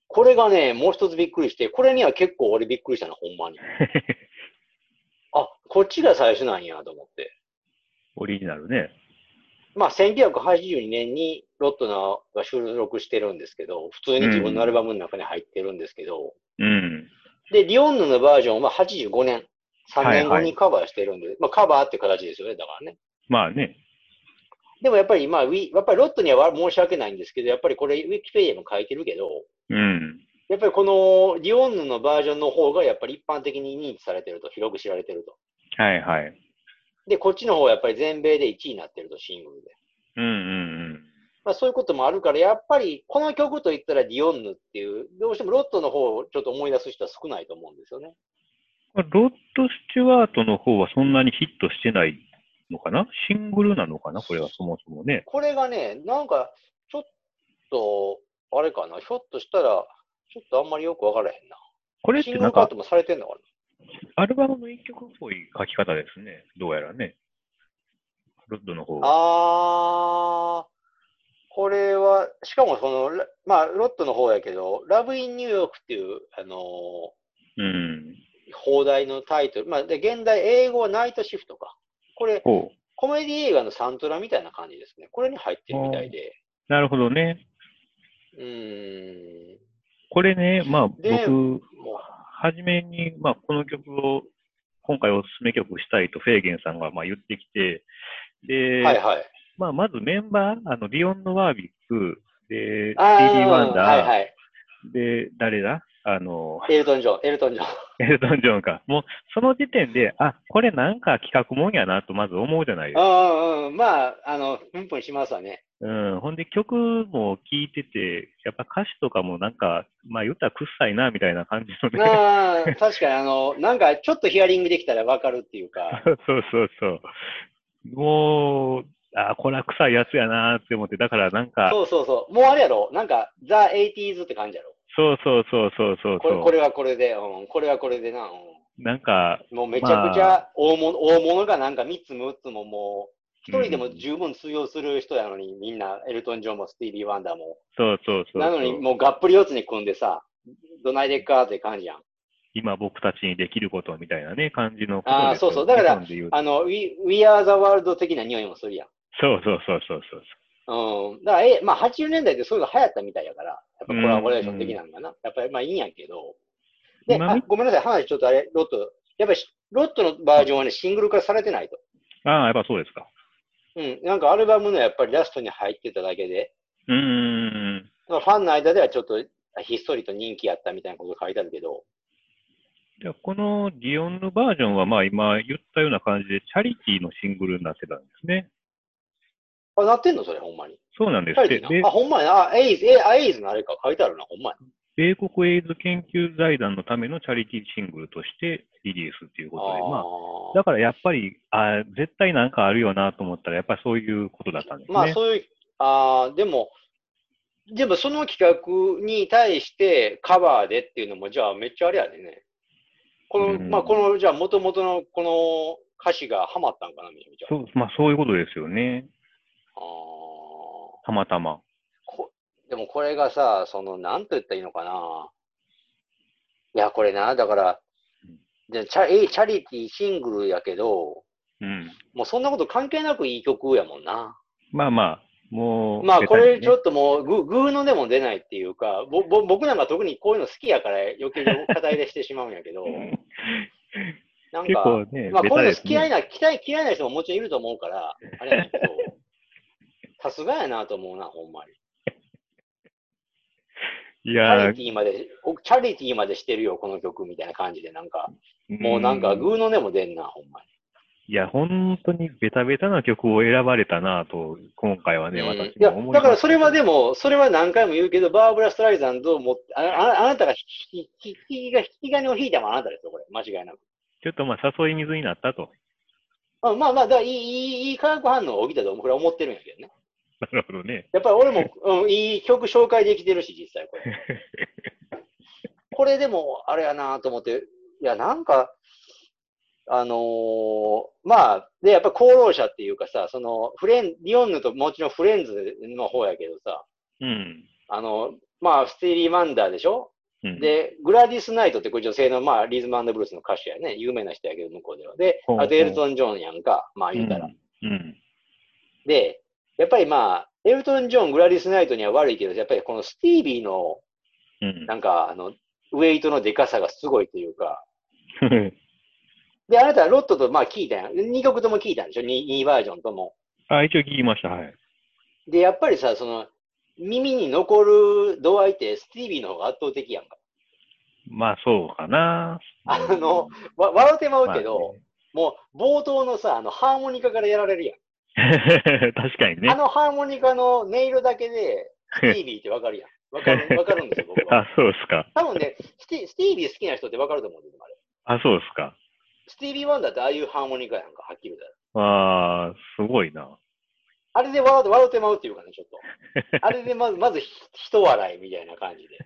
Speaker 2: これがね、もう一つびっくりして、これには結構俺びっくりしたな、ほ んまに。あ、こっちが最初なんやと思って。
Speaker 1: オリジナルね。
Speaker 2: まあ、1982年にロッドのが収録してるんですけど、普通に自分のアルバムの中に入ってるんですけど、
Speaker 1: うん。
Speaker 2: で、リオンヌのバージョンは85年、3年後
Speaker 1: はいは
Speaker 2: にカバーしてるんで、まあカバーって形ですよね、だからね。
Speaker 1: まあね。
Speaker 2: でもやっぱり、まあ、ウィやっぱりロットには申し訳ないんですけど、やっぱりこれ、ウィキペディアにも書いてるけど、
Speaker 1: うん。
Speaker 2: やっぱりこのリオンヌのバージョンの方がやっぱり一般的に認知されてると、広く知られてると。
Speaker 1: はいはい。
Speaker 2: で、こっちの方はやっぱり全米で1位になってると、シングルで。
Speaker 1: うんうんうん。
Speaker 2: まあそういうこともあるから、やっぱりこの曲といったらディオンヌっていう、どうしてもロットの方をちょっと思い出す人は少ないと思うんですよね。
Speaker 1: ロッド・スチュワートの方はそんなにヒットしてないのかなシングルなのかなこれはそもそもね。
Speaker 2: これがね、なんか、ちょっと、あれかな、ひょっとしたら、ちょっとあんまりよくわからへんな。
Speaker 1: これって
Speaker 2: シング
Speaker 1: な
Speaker 2: ル
Speaker 1: ん
Speaker 2: カッ
Speaker 1: か
Speaker 2: トもされてんのかな
Speaker 1: アルバムの一曲っぽい書き方ですね。どうやらね。ロッドの方は。
Speaker 2: あー、これは、しかもその、ラまあ、ロットの方やけど、ラブインニューヨークっていう、あのー
Speaker 1: うん。
Speaker 2: 放題のタイトル、まあ、で現代、英語はナイトシフトか。これ、
Speaker 1: ほう。
Speaker 2: コメディ映画のサントラみたいな感じですね。これに入ってるみたいで。
Speaker 1: なるほどね。
Speaker 2: うーん。
Speaker 1: これね、まあ
Speaker 2: で
Speaker 1: 僕、
Speaker 2: もう
Speaker 1: 初めに、まあこの曲を今回おすすめ曲したいとフェーゲンさんがまあ言ってきて、で、
Speaker 2: はいはい。
Speaker 1: まあ、まずメンバー、あの、ビヨンド・ワービック、で、
Speaker 2: ああ
Speaker 1: スティービー・ワンダー、
Speaker 2: はいはい。
Speaker 1: で、誰だあの、
Speaker 2: エルトン・ジョン、エルトン・ジョン。
Speaker 1: エルトン・ジョンか。もう、その時点で、あ、これなんか企画もんやなと、まず思うじゃないですか。
Speaker 2: うんうんうん。まあ、あの、プンプンします わね。
Speaker 1: うん。ほんで、曲も聴いてて、やっぱ歌詞とかもなんか、まあ言ったら臭いな、みたいな感じのね。
Speaker 2: ああ、確かにあの、なんかちょっとヒアリングできたらわかるってい うか。
Speaker 1: そうそうそう。もう、あ、これは臭いやつやなって思って、だからなんか、
Speaker 2: そうそうそう。もうあれやろなんか、ザ・エイティーズって感じやろ
Speaker 1: そうそうそうそうそう
Speaker 2: これ
Speaker 1: そ
Speaker 2: これはこれで、うん、これはこれでな、う
Speaker 1: う。なんか、
Speaker 2: ん、もうめちゃくち
Speaker 1: ま
Speaker 2: ゃ大物、大物がなんか3つも6つももう、一人で
Speaker 1: う
Speaker 2: も
Speaker 1: ん
Speaker 2: 十分通用する人やのに、みんな、エルトン・ジョンもスティービー・ワンダーも。
Speaker 1: そうそうそうそう。
Speaker 2: なのに、もうがっぷり四つに組んでさ、どないでっかって感じやん。
Speaker 1: 今僕たちにできることみたいなね、感じのこと
Speaker 2: あー
Speaker 1: ですよ
Speaker 2: そうそうだから
Speaker 1: 日本で言うと
Speaker 2: あの、We, We Are the World 的な匂いもするやん。
Speaker 1: そうそうそうそうそう。
Speaker 2: うん。だから、え、まあ、80年代でそういうの流行ったみたいやから、やっぱコラボレーション的なんかな。やっぱり、まあ、いいんやけど。で、
Speaker 1: 今
Speaker 2: あ
Speaker 1: み
Speaker 2: ごめんなさい、話ちょっとあれ、ロット。やっぱり、ロットのバージョンはね、シングル化されてないと。
Speaker 1: ああ、やっぱそうですか。
Speaker 2: うん。なんか、アルバムのやっぱりラストに入ってただけで、
Speaker 1: うーん。
Speaker 2: まあファンの間ではちょっと、ひっそりと人気やったみたいなこと書いてあるけど、
Speaker 1: じゃあ、このディオンのバージョンは、まあ今言ったような感じで、チャリティーのシングルになってたんですね。
Speaker 2: あ、なってんのそれ、ほんまに。
Speaker 1: そうなんで
Speaker 2: 書
Speaker 1: す
Speaker 2: い
Speaker 1: ってて。
Speaker 2: ん
Speaker 1: で
Speaker 2: のあ、、ほんまや。あ、エイズ、えあエイズのあれか、書いてあるな、ほんまや。
Speaker 1: 米国エイズ研究財団のためのチャリティーシングルとしてリリースっていうことで、まあ、だからやっぱり、あー絶対なんかあるよなと思ったら、やっぱりそういうことだったんですね。
Speaker 2: まあそういう、ああ、でも、でもその企画に対してカバーでっていうのも、じゃあめっちゃあれやでね。この、
Speaker 1: うん
Speaker 2: まあこの、じゃあ元々のこの歌詞がハマったんかな、みたいな。
Speaker 1: そうまあ、そういうことですよね。
Speaker 2: あー
Speaker 1: たまたま。
Speaker 2: こでもこれがさ、その、なんと言ったらいいのかな。いや、これな、だから
Speaker 1: うん、
Speaker 2: でチャえチャリティーシングルやけど、
Speaker 1: うん。
Speaker 2: もうそんなこと関係なくいい曲やもんな。
Speaker 1: まあまあ、もう、
Speaker 2: まあこれちょ
Speaker 1: っ
Speaker 2: っともうぐ、ぐうのでも出ないっていうか、ぼぼ僕なんか特にこういうの好きやから余計に肩入れしてしまうんやけど、なん
Speaker 1: 結
Speaker 2: か、
Speaker 1: 構ね、
Speaker 2: まあ
Speaker 1: ベ
Speaker 2: こう
Speaker 1: タで
Speaker 2: いうの
Speaker 1: す
Speaker 2: 好き嫌
Speaker 1: ね。
Speaker 2: いな、嫌い嫌いな人ももちろんいると思うから、あれや ねんけど、さすがやなと思うな、ほんまに。
Speaker 1: い
Speaker 2: チャ
Speaker 1: や
Speaker 2: リティーまで、おチャリティーまでしてるよ、この曲みたいな感じで、なんか、
Speaker 1: ー
Speaker 2: もうなんか
Speaker 1: ん
Speaker 2: ぐうのでも出んな、ほんま
Speaker 1: いや、本当にベタベタな曲を選ばれたなと、今回は
Speaker 2: に。
Speaker 1: ね、
Speaker 2: うん
Speaker 1: 私
Speaker 2: いや
Speaker 1: も思いま
Speaker 2: だ
Speaker 1: す
Speaker 2: からそれはでも、それは何回も言うけど、バーブラ・ストライザンドも、あああなたが引き引き引きが引き金を引いたもあなたですよ、これ、間違いなく。
Speaker 1: ちょっとまあ、誘い水になったと。
Speaker 2: まあまあまあ、だからいいいいいい化学反応が起きたと俺は思ってるんやけどね。
Speaker 1: なるほどね。
Speaker 2: やっぱり 俺も、うん、いい曲紹介できてるし、実際これ。 これでも、あれやなと思って、いや、なんか、あのーまあ、で、やっぱ功労者っていうかさ、その、フレン、リオンヌともちろんフレンズの方やけどさ、
Speaker 1: うん。
Speaker 2: あの、まあ、スティーリー・マンダーでしょ
Speaker 1: うん、
Speaker 2: で、グラディス・ナイトってこれ女性の、まあ、リズムブルースの歌手やね。有名な人やけど、向こうでは。で
Speaker 1: ほう、ほう
Speaker 2: あとエルトン・ジョンやんか。まあ、
Speaker 1: うん、
Speaker 2: 言うたら。
Speaker 1: うん。
Speaker 2: で、やっぱりまあ、エルトン・ジョン、グラリス・ナイトには悪いけど、やっぱりこのスティービーの、
Speaker 1: うん。
Speaker 2: なんか、あの、ウェイトのデカさがすごいというか、で、あなた、ロットとまあ聞いたやん。2曲とも聞いたんでしょ 2, バージョンとも。
Speaker 1: あ、一応聞きました、はい。
Speaker 2: で、やっぱりさ、その、耳に残る度合いって、スティービーの方が圧倒的やんか。
Speaker 1: まあ、そうかな。
Speaker 2: あの、わ、笑うてま
Speaker 1: ま
Speaker 2: うけど、もう、冒頭のさ、あの、ハーモニカからやられるやん。
Speaker 1: あね 確かにね
Speaker 2: あ。のハーモニカの音色だ けで、スティービーってわかるやん。わかる、わかるんですよ、僕は。
Speaker 1: あ、そうですか。
Speaker 2: 多分ね、スティスティービー好きな人ってわかると思うんですよ、あれ。
Speaker 1: あ、そうですか。
Speaker 2: スティービー・ワンダーってああいうハーモニカやんか、はっきり言うたら。
Speaker 1: ああ、すごいな。
Speaker 2: あれで笑う笑うてまうっていうかね、ちょっと。あれでまず、まずひ、一笑いみたいな感じで。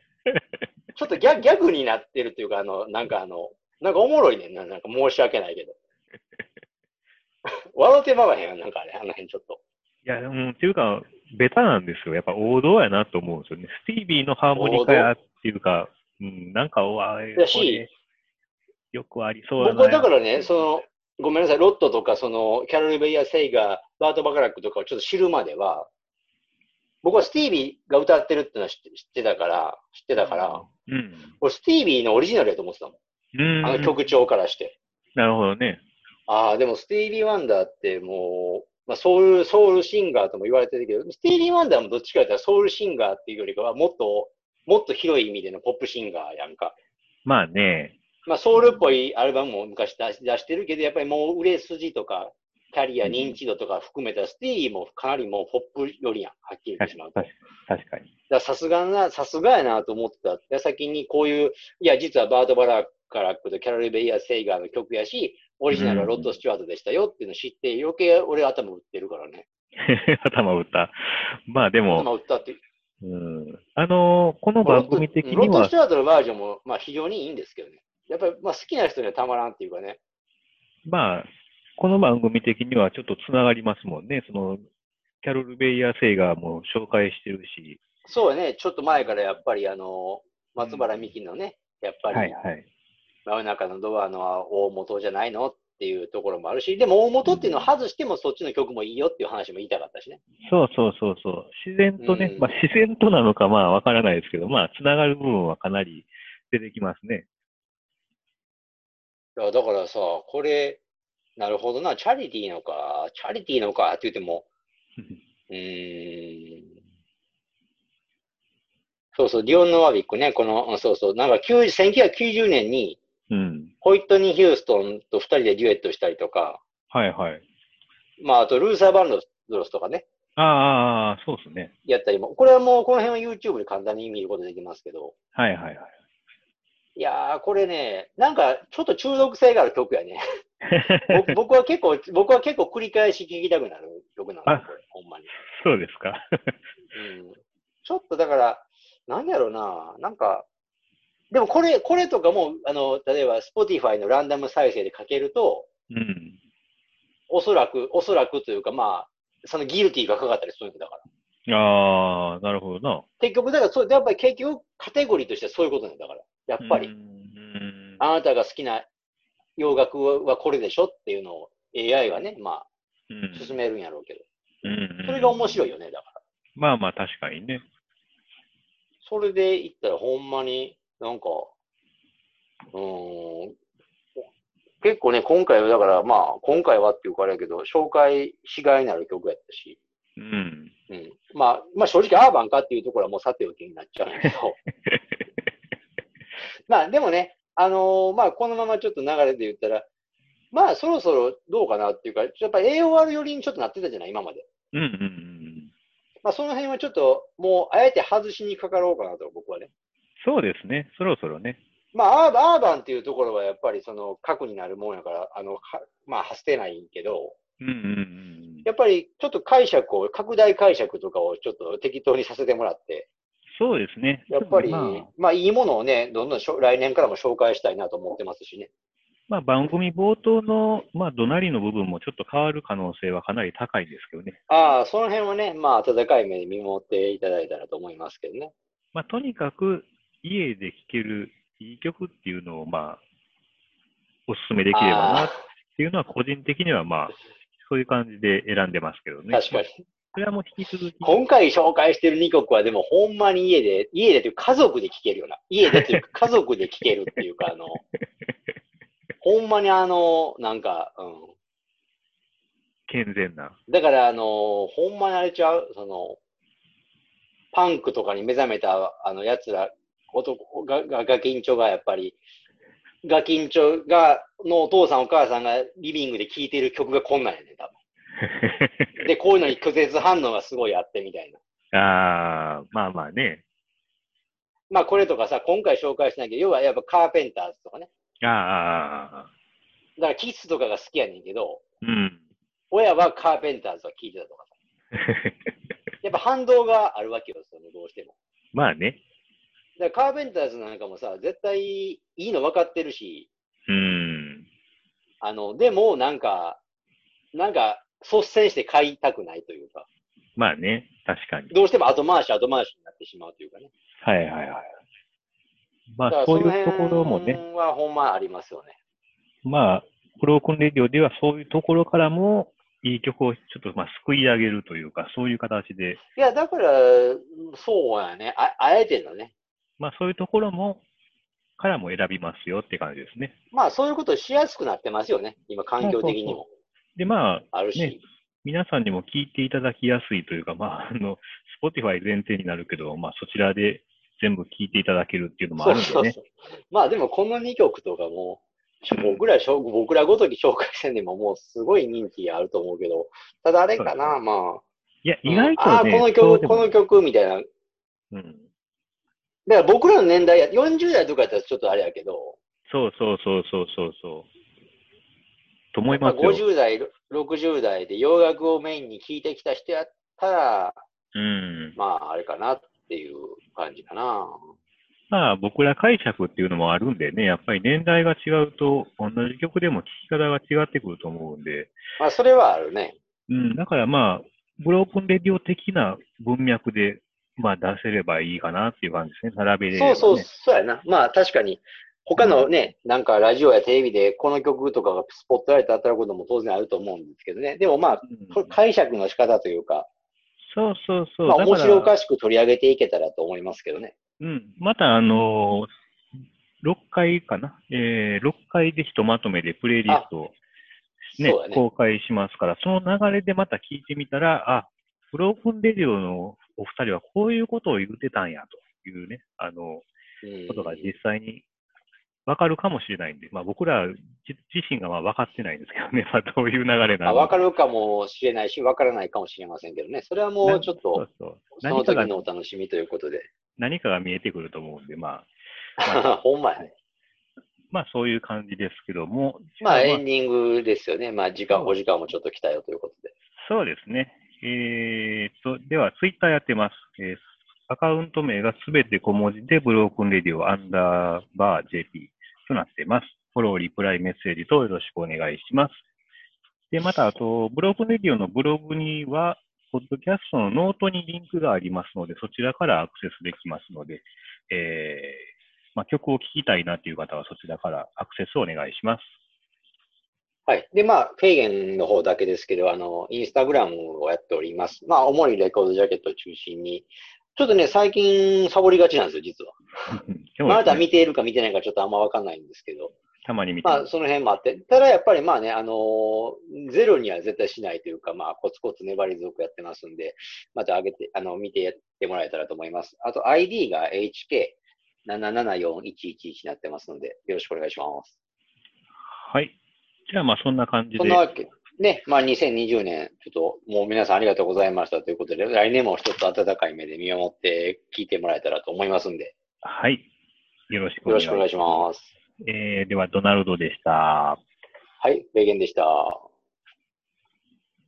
Speaker 2: ちょっとギャギャグになってるっていうか、あの、なんかあの、なんかおもろいねんな、なんか申し訳な いけど。笑うてまわへんよ、なんかあれ、あの辺ちょっと。
Speaker 1: いや、うん、っていうか、ベタなんですよ。やっぱ王道やなと思うんですよね。スティービーのハーモニカやっていうか、うん、なんか、うわあ、
Speaker 2: だし
Speaker 1: これよくありそうやな。
Speaker 2: 僕はだからね、その、ごめんなさい、ロットとか、その、キャロル・ベイヤー・セイガー、バート・バカラックとかをちょっと知るまでは、僕はスティービーが歌ってるってのは知って知ってたから、知ってたから、
Speaker 1: うん。
Speaker 2: 俺スティービーのオリジナルやと思ってたもん。
Speaker 1: うん。
Speaker 2: あの曲調からして。
Speaker 1: なるほどね。
Speaker 2: ああ、でもスティーリー・ワンダーってもう、まあ、ソウル、ソウルシンガーとも言われてるけど、スティーリー・ワンダーもどっちかというとソウルシンガーっていうよりかは、もっと、もっと広い意味でのポップシンガーやんか。
Speaker 1: まあね。
Speaker 2: まあ、ソウルっぽいアルバムも昔出し出してるけど、やっぱりもう売れ筋とか、キャリア、
Speaker 1: うん
Speaker 2: 認知度とか含めたら、スティーリーもかなりもうポップよりやん、はっきり言っ
Speaker 1: 確
Speaker 2: てし
Speaker 1: か
Speaker 2: まう
Speaker 1: に
Speaker 2: と。
Speaker 1: 確かに。
Speaker 2: だからさすがな、さすがやなと思ってた。矢先にこういう、いや、実はバート・バラカラックとキャロル・ベイヤー・セイガーの曲やし、オリジナルはロッド・スチュワートでしたよっていうのを知って、余計俺頭打ってるからね。
Speaker 1: 頭打った。まあでも、
Speaker 2: 頭打ったって。
Speaker 1: うん、あのーこの番組的
Speaker 2: ロ
Speaker 1: に
Speaker 2: ッド・
Speaker 1: は
Speaker 2: スチュワートのバージョンも、まあ非常にいいんですけどね。やっぱり、まあ好きな人にはたまらんっていうかね。
Speaker 1: まあ、この番組的にはちょっとつながりますもんね。その、キャロル・ベイヤー・セイガーも紹介してるし。
Speaker 2: そうやね、ちょっと前からやっぱりあの、松原美希のね、やっぱり、
Speaker 1: はいはい。
Speaker 2: 真夜中のドアの大元じゃないのっていうところもあるし、でも大元っていうのを外してもそっちの曲もいいよっていう話も言いたかったしね。
Speaker 1: そうそうそうそう。自然とね、
Speaker 2: うん
Speaker 1: まあ自然となのかまあわからないですけど、まあつながる部分はかなり出てきます ね。
Speaker 2: いやだからさ、これ、なるほどな、チャリティーのか、チャリティーのかって言っても、うーん。そうそう、ディオン・ノワビックね、この、うんそうそう、なんか90 1990年に、
Speaker 1: うん。
Speaker 2: ホイットニー・ヒューストンと2人でデュエットしたりとか、
Speaker 1: はいはい。
Speaker 2: まあ、あとルーサー・バンドロスとかね、
Speaker 1: ああああ、そうですね。
Speaker 2: やったりも、これはもう、この辺は YouTube で簡単に見ることできますけど、
Speaker 1: はいはいはい。
Speaker 2: いやー、これね、なんか、ちょっと中毒性がある曲やね。ぼ僕は結構、僕は結構繰り返し聴きたくなる曲なんだよ、これ、ほんまに。
Speaker 1: そうですか。
Speaker 2: うんちょっとだから、なんやろうな、なんか、でもこれ、これとかも、あの、例えば Spotify のランダム再生でかけると、
Speaker 1: うん。
Speaker 2: おそらく、おそらくというか、まあ、そのギルティがかかったりするんだから。
Speaker 1: ああ、なるほどな。
Speaker 2: 結局、だから、そう、やっぱり結局、カテゴリーとしてはそういうことなんだから。やっぱり、
Speaker 1: うんうん
Speaker 2: あなたが好きな洋楽はこれでしょっていうのを AI はね、まあ、
Speaker 1: うん
Speaker 2: 進めるんやろうけど。
Speaker 1: うん
Speaker 2: それが面白い
Speaker 1: よ。
Speaker 2: よね、だから。
Speaker 1: まあまあ確かにね。
Speaker 2: それで言ったらほんまになんか、うーん、結構ね、今回はだからまあ、今回はっていうかあれやけど、紹介しがいのある曲やったし、
Speaker 1: うん。
Speaker 2: うん。まあ、まあ正直アーバンかっていうところはもうさておきになっちゃうんやけど。まあでもね、あのーまあこのままちょっと流れで言ったら、まあそろそろどうかなっていうか、やっぱ AOR 寄りにちょっとなってたじゃない、今まで。
Speaker 1: うんうんうん。
Speaker 2: まあその辺はちょっともうあえて外しにかかろうかなと僕はね。
Speaker 1: そうですね。そろそろね。
Speaker 2: まあ、アーバアーバンっていうところはやっぱりその核になるもんやから、あの、はまあ、は捨てないけど、
Speaker 1: うんうんうん。
Speaker 2: やっぱりちょっと解釈を、拡大解釈とかをちょっと適当にさせてもらって、
Speaker 1: そうですね。
Speaker 2: やっぱり、
Speaker 1: まあ
Speaker 2: まあ、いいものをね、どんどんしょ来年からも紹介したいなと思ってますしね。
Speaker 1: まあ、番組冒頭の、まあ、怒鳴りの部分もちょっと変わる可能性はかなり高いですけどね。
Speaker 2: ああ、その辺はね、まあ、温かい目で見守っていただいたらと思いますけどね。
Speaker 1: まあ、とにかく家で聴けるいい曲っていうのを、まあ、お勧めできればな
Speaker 2: あ
Speaker 1: っ
Speaker 2: あ
Speaker 1: ていうのは、個人的には、まあ、そういう感じで選んでますけどね。
Speaker 2: 確かに。
Speaker 1: それはもう引き続き、
Speaker 2: 今回紹介してる2曲はでもほんまに家で、家でというか家族で聴けるような。家でというか家族で聴けるっていう か、あの、ほんまにあの、なんか、う
Speaker 1: 健全な。
Speaker 2: ん。だからあの、ほんまにあれちゃうその、パンクとかに目覚めたあの奴ら、男が、が、ガキンチョがやっぱり、ガキンチョが、のお父さんお母さんがリビングで聴いてる曲がこんなんやね、多分。で、こういうのに拒絶反応がすごいあってみたいな。
Speaker 1: ああ、まあまあね。
Speaker 2: まあこれとかさ、今回紹介しないけど、要はやっぱカーペンターズとかね。
Speaker 1: ああああ、
Speaker 2: だからキスとかが好きやねんけど、
Speaker 1: うん。
Speaker 2: 親はカーペンターズは聞いてたとかさ。やっぱ反動があるわけよ、そのどうしても。
Speaker 1: まあね。
Speaker 2: だからカーペンターズなんかもさ、絶対いいの分かってるし、
Speaker 1: うん。
Speaker 2: あの、でもなんか、なんか率先して買いたくないというか、
Speaker 1: まあね。確かに。
Speaker 2: どうしても後回し後回しになってしまうというかね。
Speaker 1: はいはいはい。ま
Speaker 2: だか
Speaker 1: あ、
Speaker 2: ら
Speaker 1: そうい
Speaker 2: の
Speaker 1: うところもね。
Speaker 2: 辺はほんまありますよね。
Speaker 1: まあ、ブロークンレディオではそういうところからも、いい曲をちょっとまあ救い上げるというか、そういう形で、
Speaker 2: いや、だから、そうやね。ああえてのね。
Speaker 1: まあそういうところもからも選びますよって感じですね。
Speaker 2: まあ、そういうことしやすくなってますよね。今、環境的にも
Speaker 1: で、まあ、
Speaker 2: あるし。
Speaker 1: ね皆さんにも聞いていただきやすいというか、まあ、 あの、Spotify 前提になるけど、まあ、そちらで全部聞いていただけるっていうのもあるんでね。
Speaker 2: そうそうそう。まあでもこの2曲とかも、僕らしょ、僕らごとき紹介せんでももうすごい人気あると思うけど、ただあれかな、まあ。
Speaker 1: いや、意外
Speaker 2: ああ
Speaker 1: と
Speaker 2: ー、
Speaker 1: ね、
Speaker 2: この
Speaker 1: そう
Speaker 2: 曲、
Speaker 1: で
Speaker 2: こ
Speaker 1: も
Speaker 2: の曲みたいな。だか
Speaker 1: うん、
Speaker 2: ら僕らの年代や、40代とかやったらちょっとあれやけど、
Speaker 1: そうそうそうそうそうそう。と思い
Speaker 2: ま
Speaker 1: ま
Speaker 2: あ、
Speaker 1: すよ。
Speaker 2: 50代、60代で洋楽をメインに聴いてきた人やったら、
Speaker 1: うん。
Speaker 2: まああれかなっていう感じかな。
Speaker 1: まあ、僕ら解釈っていうのもあるんでね、やっぱり年代が違うと、同じ曲でも聴き方が違ってくると思うんで、
Speaker 2: まあそれはあるね。
Speaker 1: うん、だからまあ、ブロークンレディオ的な文脈で、まあ、出せればいいかなっていう感じですね。並べれれば、
Speaker 2: そ
Speaker 1: ね。
Speaker 2: うそう、そうやな。まあ確かに、他のね、なんかラジオやテレビでこの曲とかがスポットライト当たることも当然あると思うんですけどね。でもまあ、
Speaker 1: うん
Speaker 2: これ解釈の仕方というか、
Speaker 1: そうそうそう。
Speaker 2: まあ
Speaker 1: だ
Speaker 2: 面
Speaker 1: から
Speaker 2: 白おかしく取り上げていけたらと思いますけどね。
Speaker 1: うん。また、あのー、6回かな。えー、6回でひとまとめでプレイリストをね
Speaker 2: そうだ、ね。
Speaker 1: 公開しますから、その流れでまた聞いてみたら、あ、ブロークンレディオのお二人はこういうことを言ってたんや、というね、あの、
Speaker 2: うん
Speaker 1: ことが実際にわかるかもしれないんで、まあ僕らじ自身がまあ分かってないんですけどね、 まあどういう流れな
Speaker 2: あ
Speaker 1: の
Speaker 2: わかるかもしれないし、わからないかもしれませんけどね。それはもうちょっ
Speaker 1: そ
Speaker 2: と
Speaker 1: う、そう。
Speaker 2: その
Speaker 1: 何か
Speaker 2: 時
Speaker 1: が、
Speaker 2: のお楽しみということで。
Speaker 1: 何かが見えてくると思うんで、まあ、
Speaker 2: ほんまやね。
Speaker 1: まあそういう感じですけども、
Speaker 2: まあ
Speaker 1: じゃ
Speaker 2: エンディングですよね。まあ時間、お時間もちょっと来たよということで。
Speaker 1: そうですね。えーっと、では、ツイッターやってます。えーアカウント名がすべて小文字で、ブロークンレディオアンダーバー JP となっています。フォロー、リプライ、メッセージ等よろしくお願いします。で、また、あと、ブロークンレディオのブログには、ポッドキャストのノートにリンクがありますので、そちらからアクセスできますので、えーまあ、曲を聴きたいなという方は、そちらからアクセスをお願いします。
Speaker 2: はい。で、まあ、フェイゲンの方だけですけど、あの、インスタグラムをやっております。まあ、主にレコードジャケットを中心に。ちょっとね、最近、サボりがちなんですよ、実は。
Speaker 1: で
Speaker 2: まああなた
Speaker 1: ね
Speaker 2: 見ているか見てないかちょっとあんまわかんないんですけど、
Speaker 1: たまに見て
Speaker 2: ま
Speaker 1: ま
Speaker 2: あ、
Speaker 1: す。
Speaker 2: その辺もあって。ただ、やっぱりまあね、あのーゼロには絶対しないというか、まあ、コツコツ粘り強くやってますんで、また上げて、あの、見てやってもらえたらと思います。あと、ID が HK774111 になってますので、よろしくお願いします。
Speaker 1: はい。じゃあ、まあ、そんな感じで。
Speaker 2: そんなわけ、ね、まあ2020年、ちょっともう皆さんありがとうございましたということで、来年も一つ温かい目で見守って聞いてもらえたらと思いますんで、
Speaker 1: はい。よろしくお
Speaker 2: よ
Speaker 1: 願
Speaker 2: ろ
Speaker 1: い
Speaker 2: し
Speaker 1: し
Speaker 2: くお願
Speaker 1: ま
Speaker 2: い
Speaker 1: す。
Speaker 2: します。
Speaker 1: えーでは、ドナルドでした。
Speaker 2: はい、ベーゲンでした。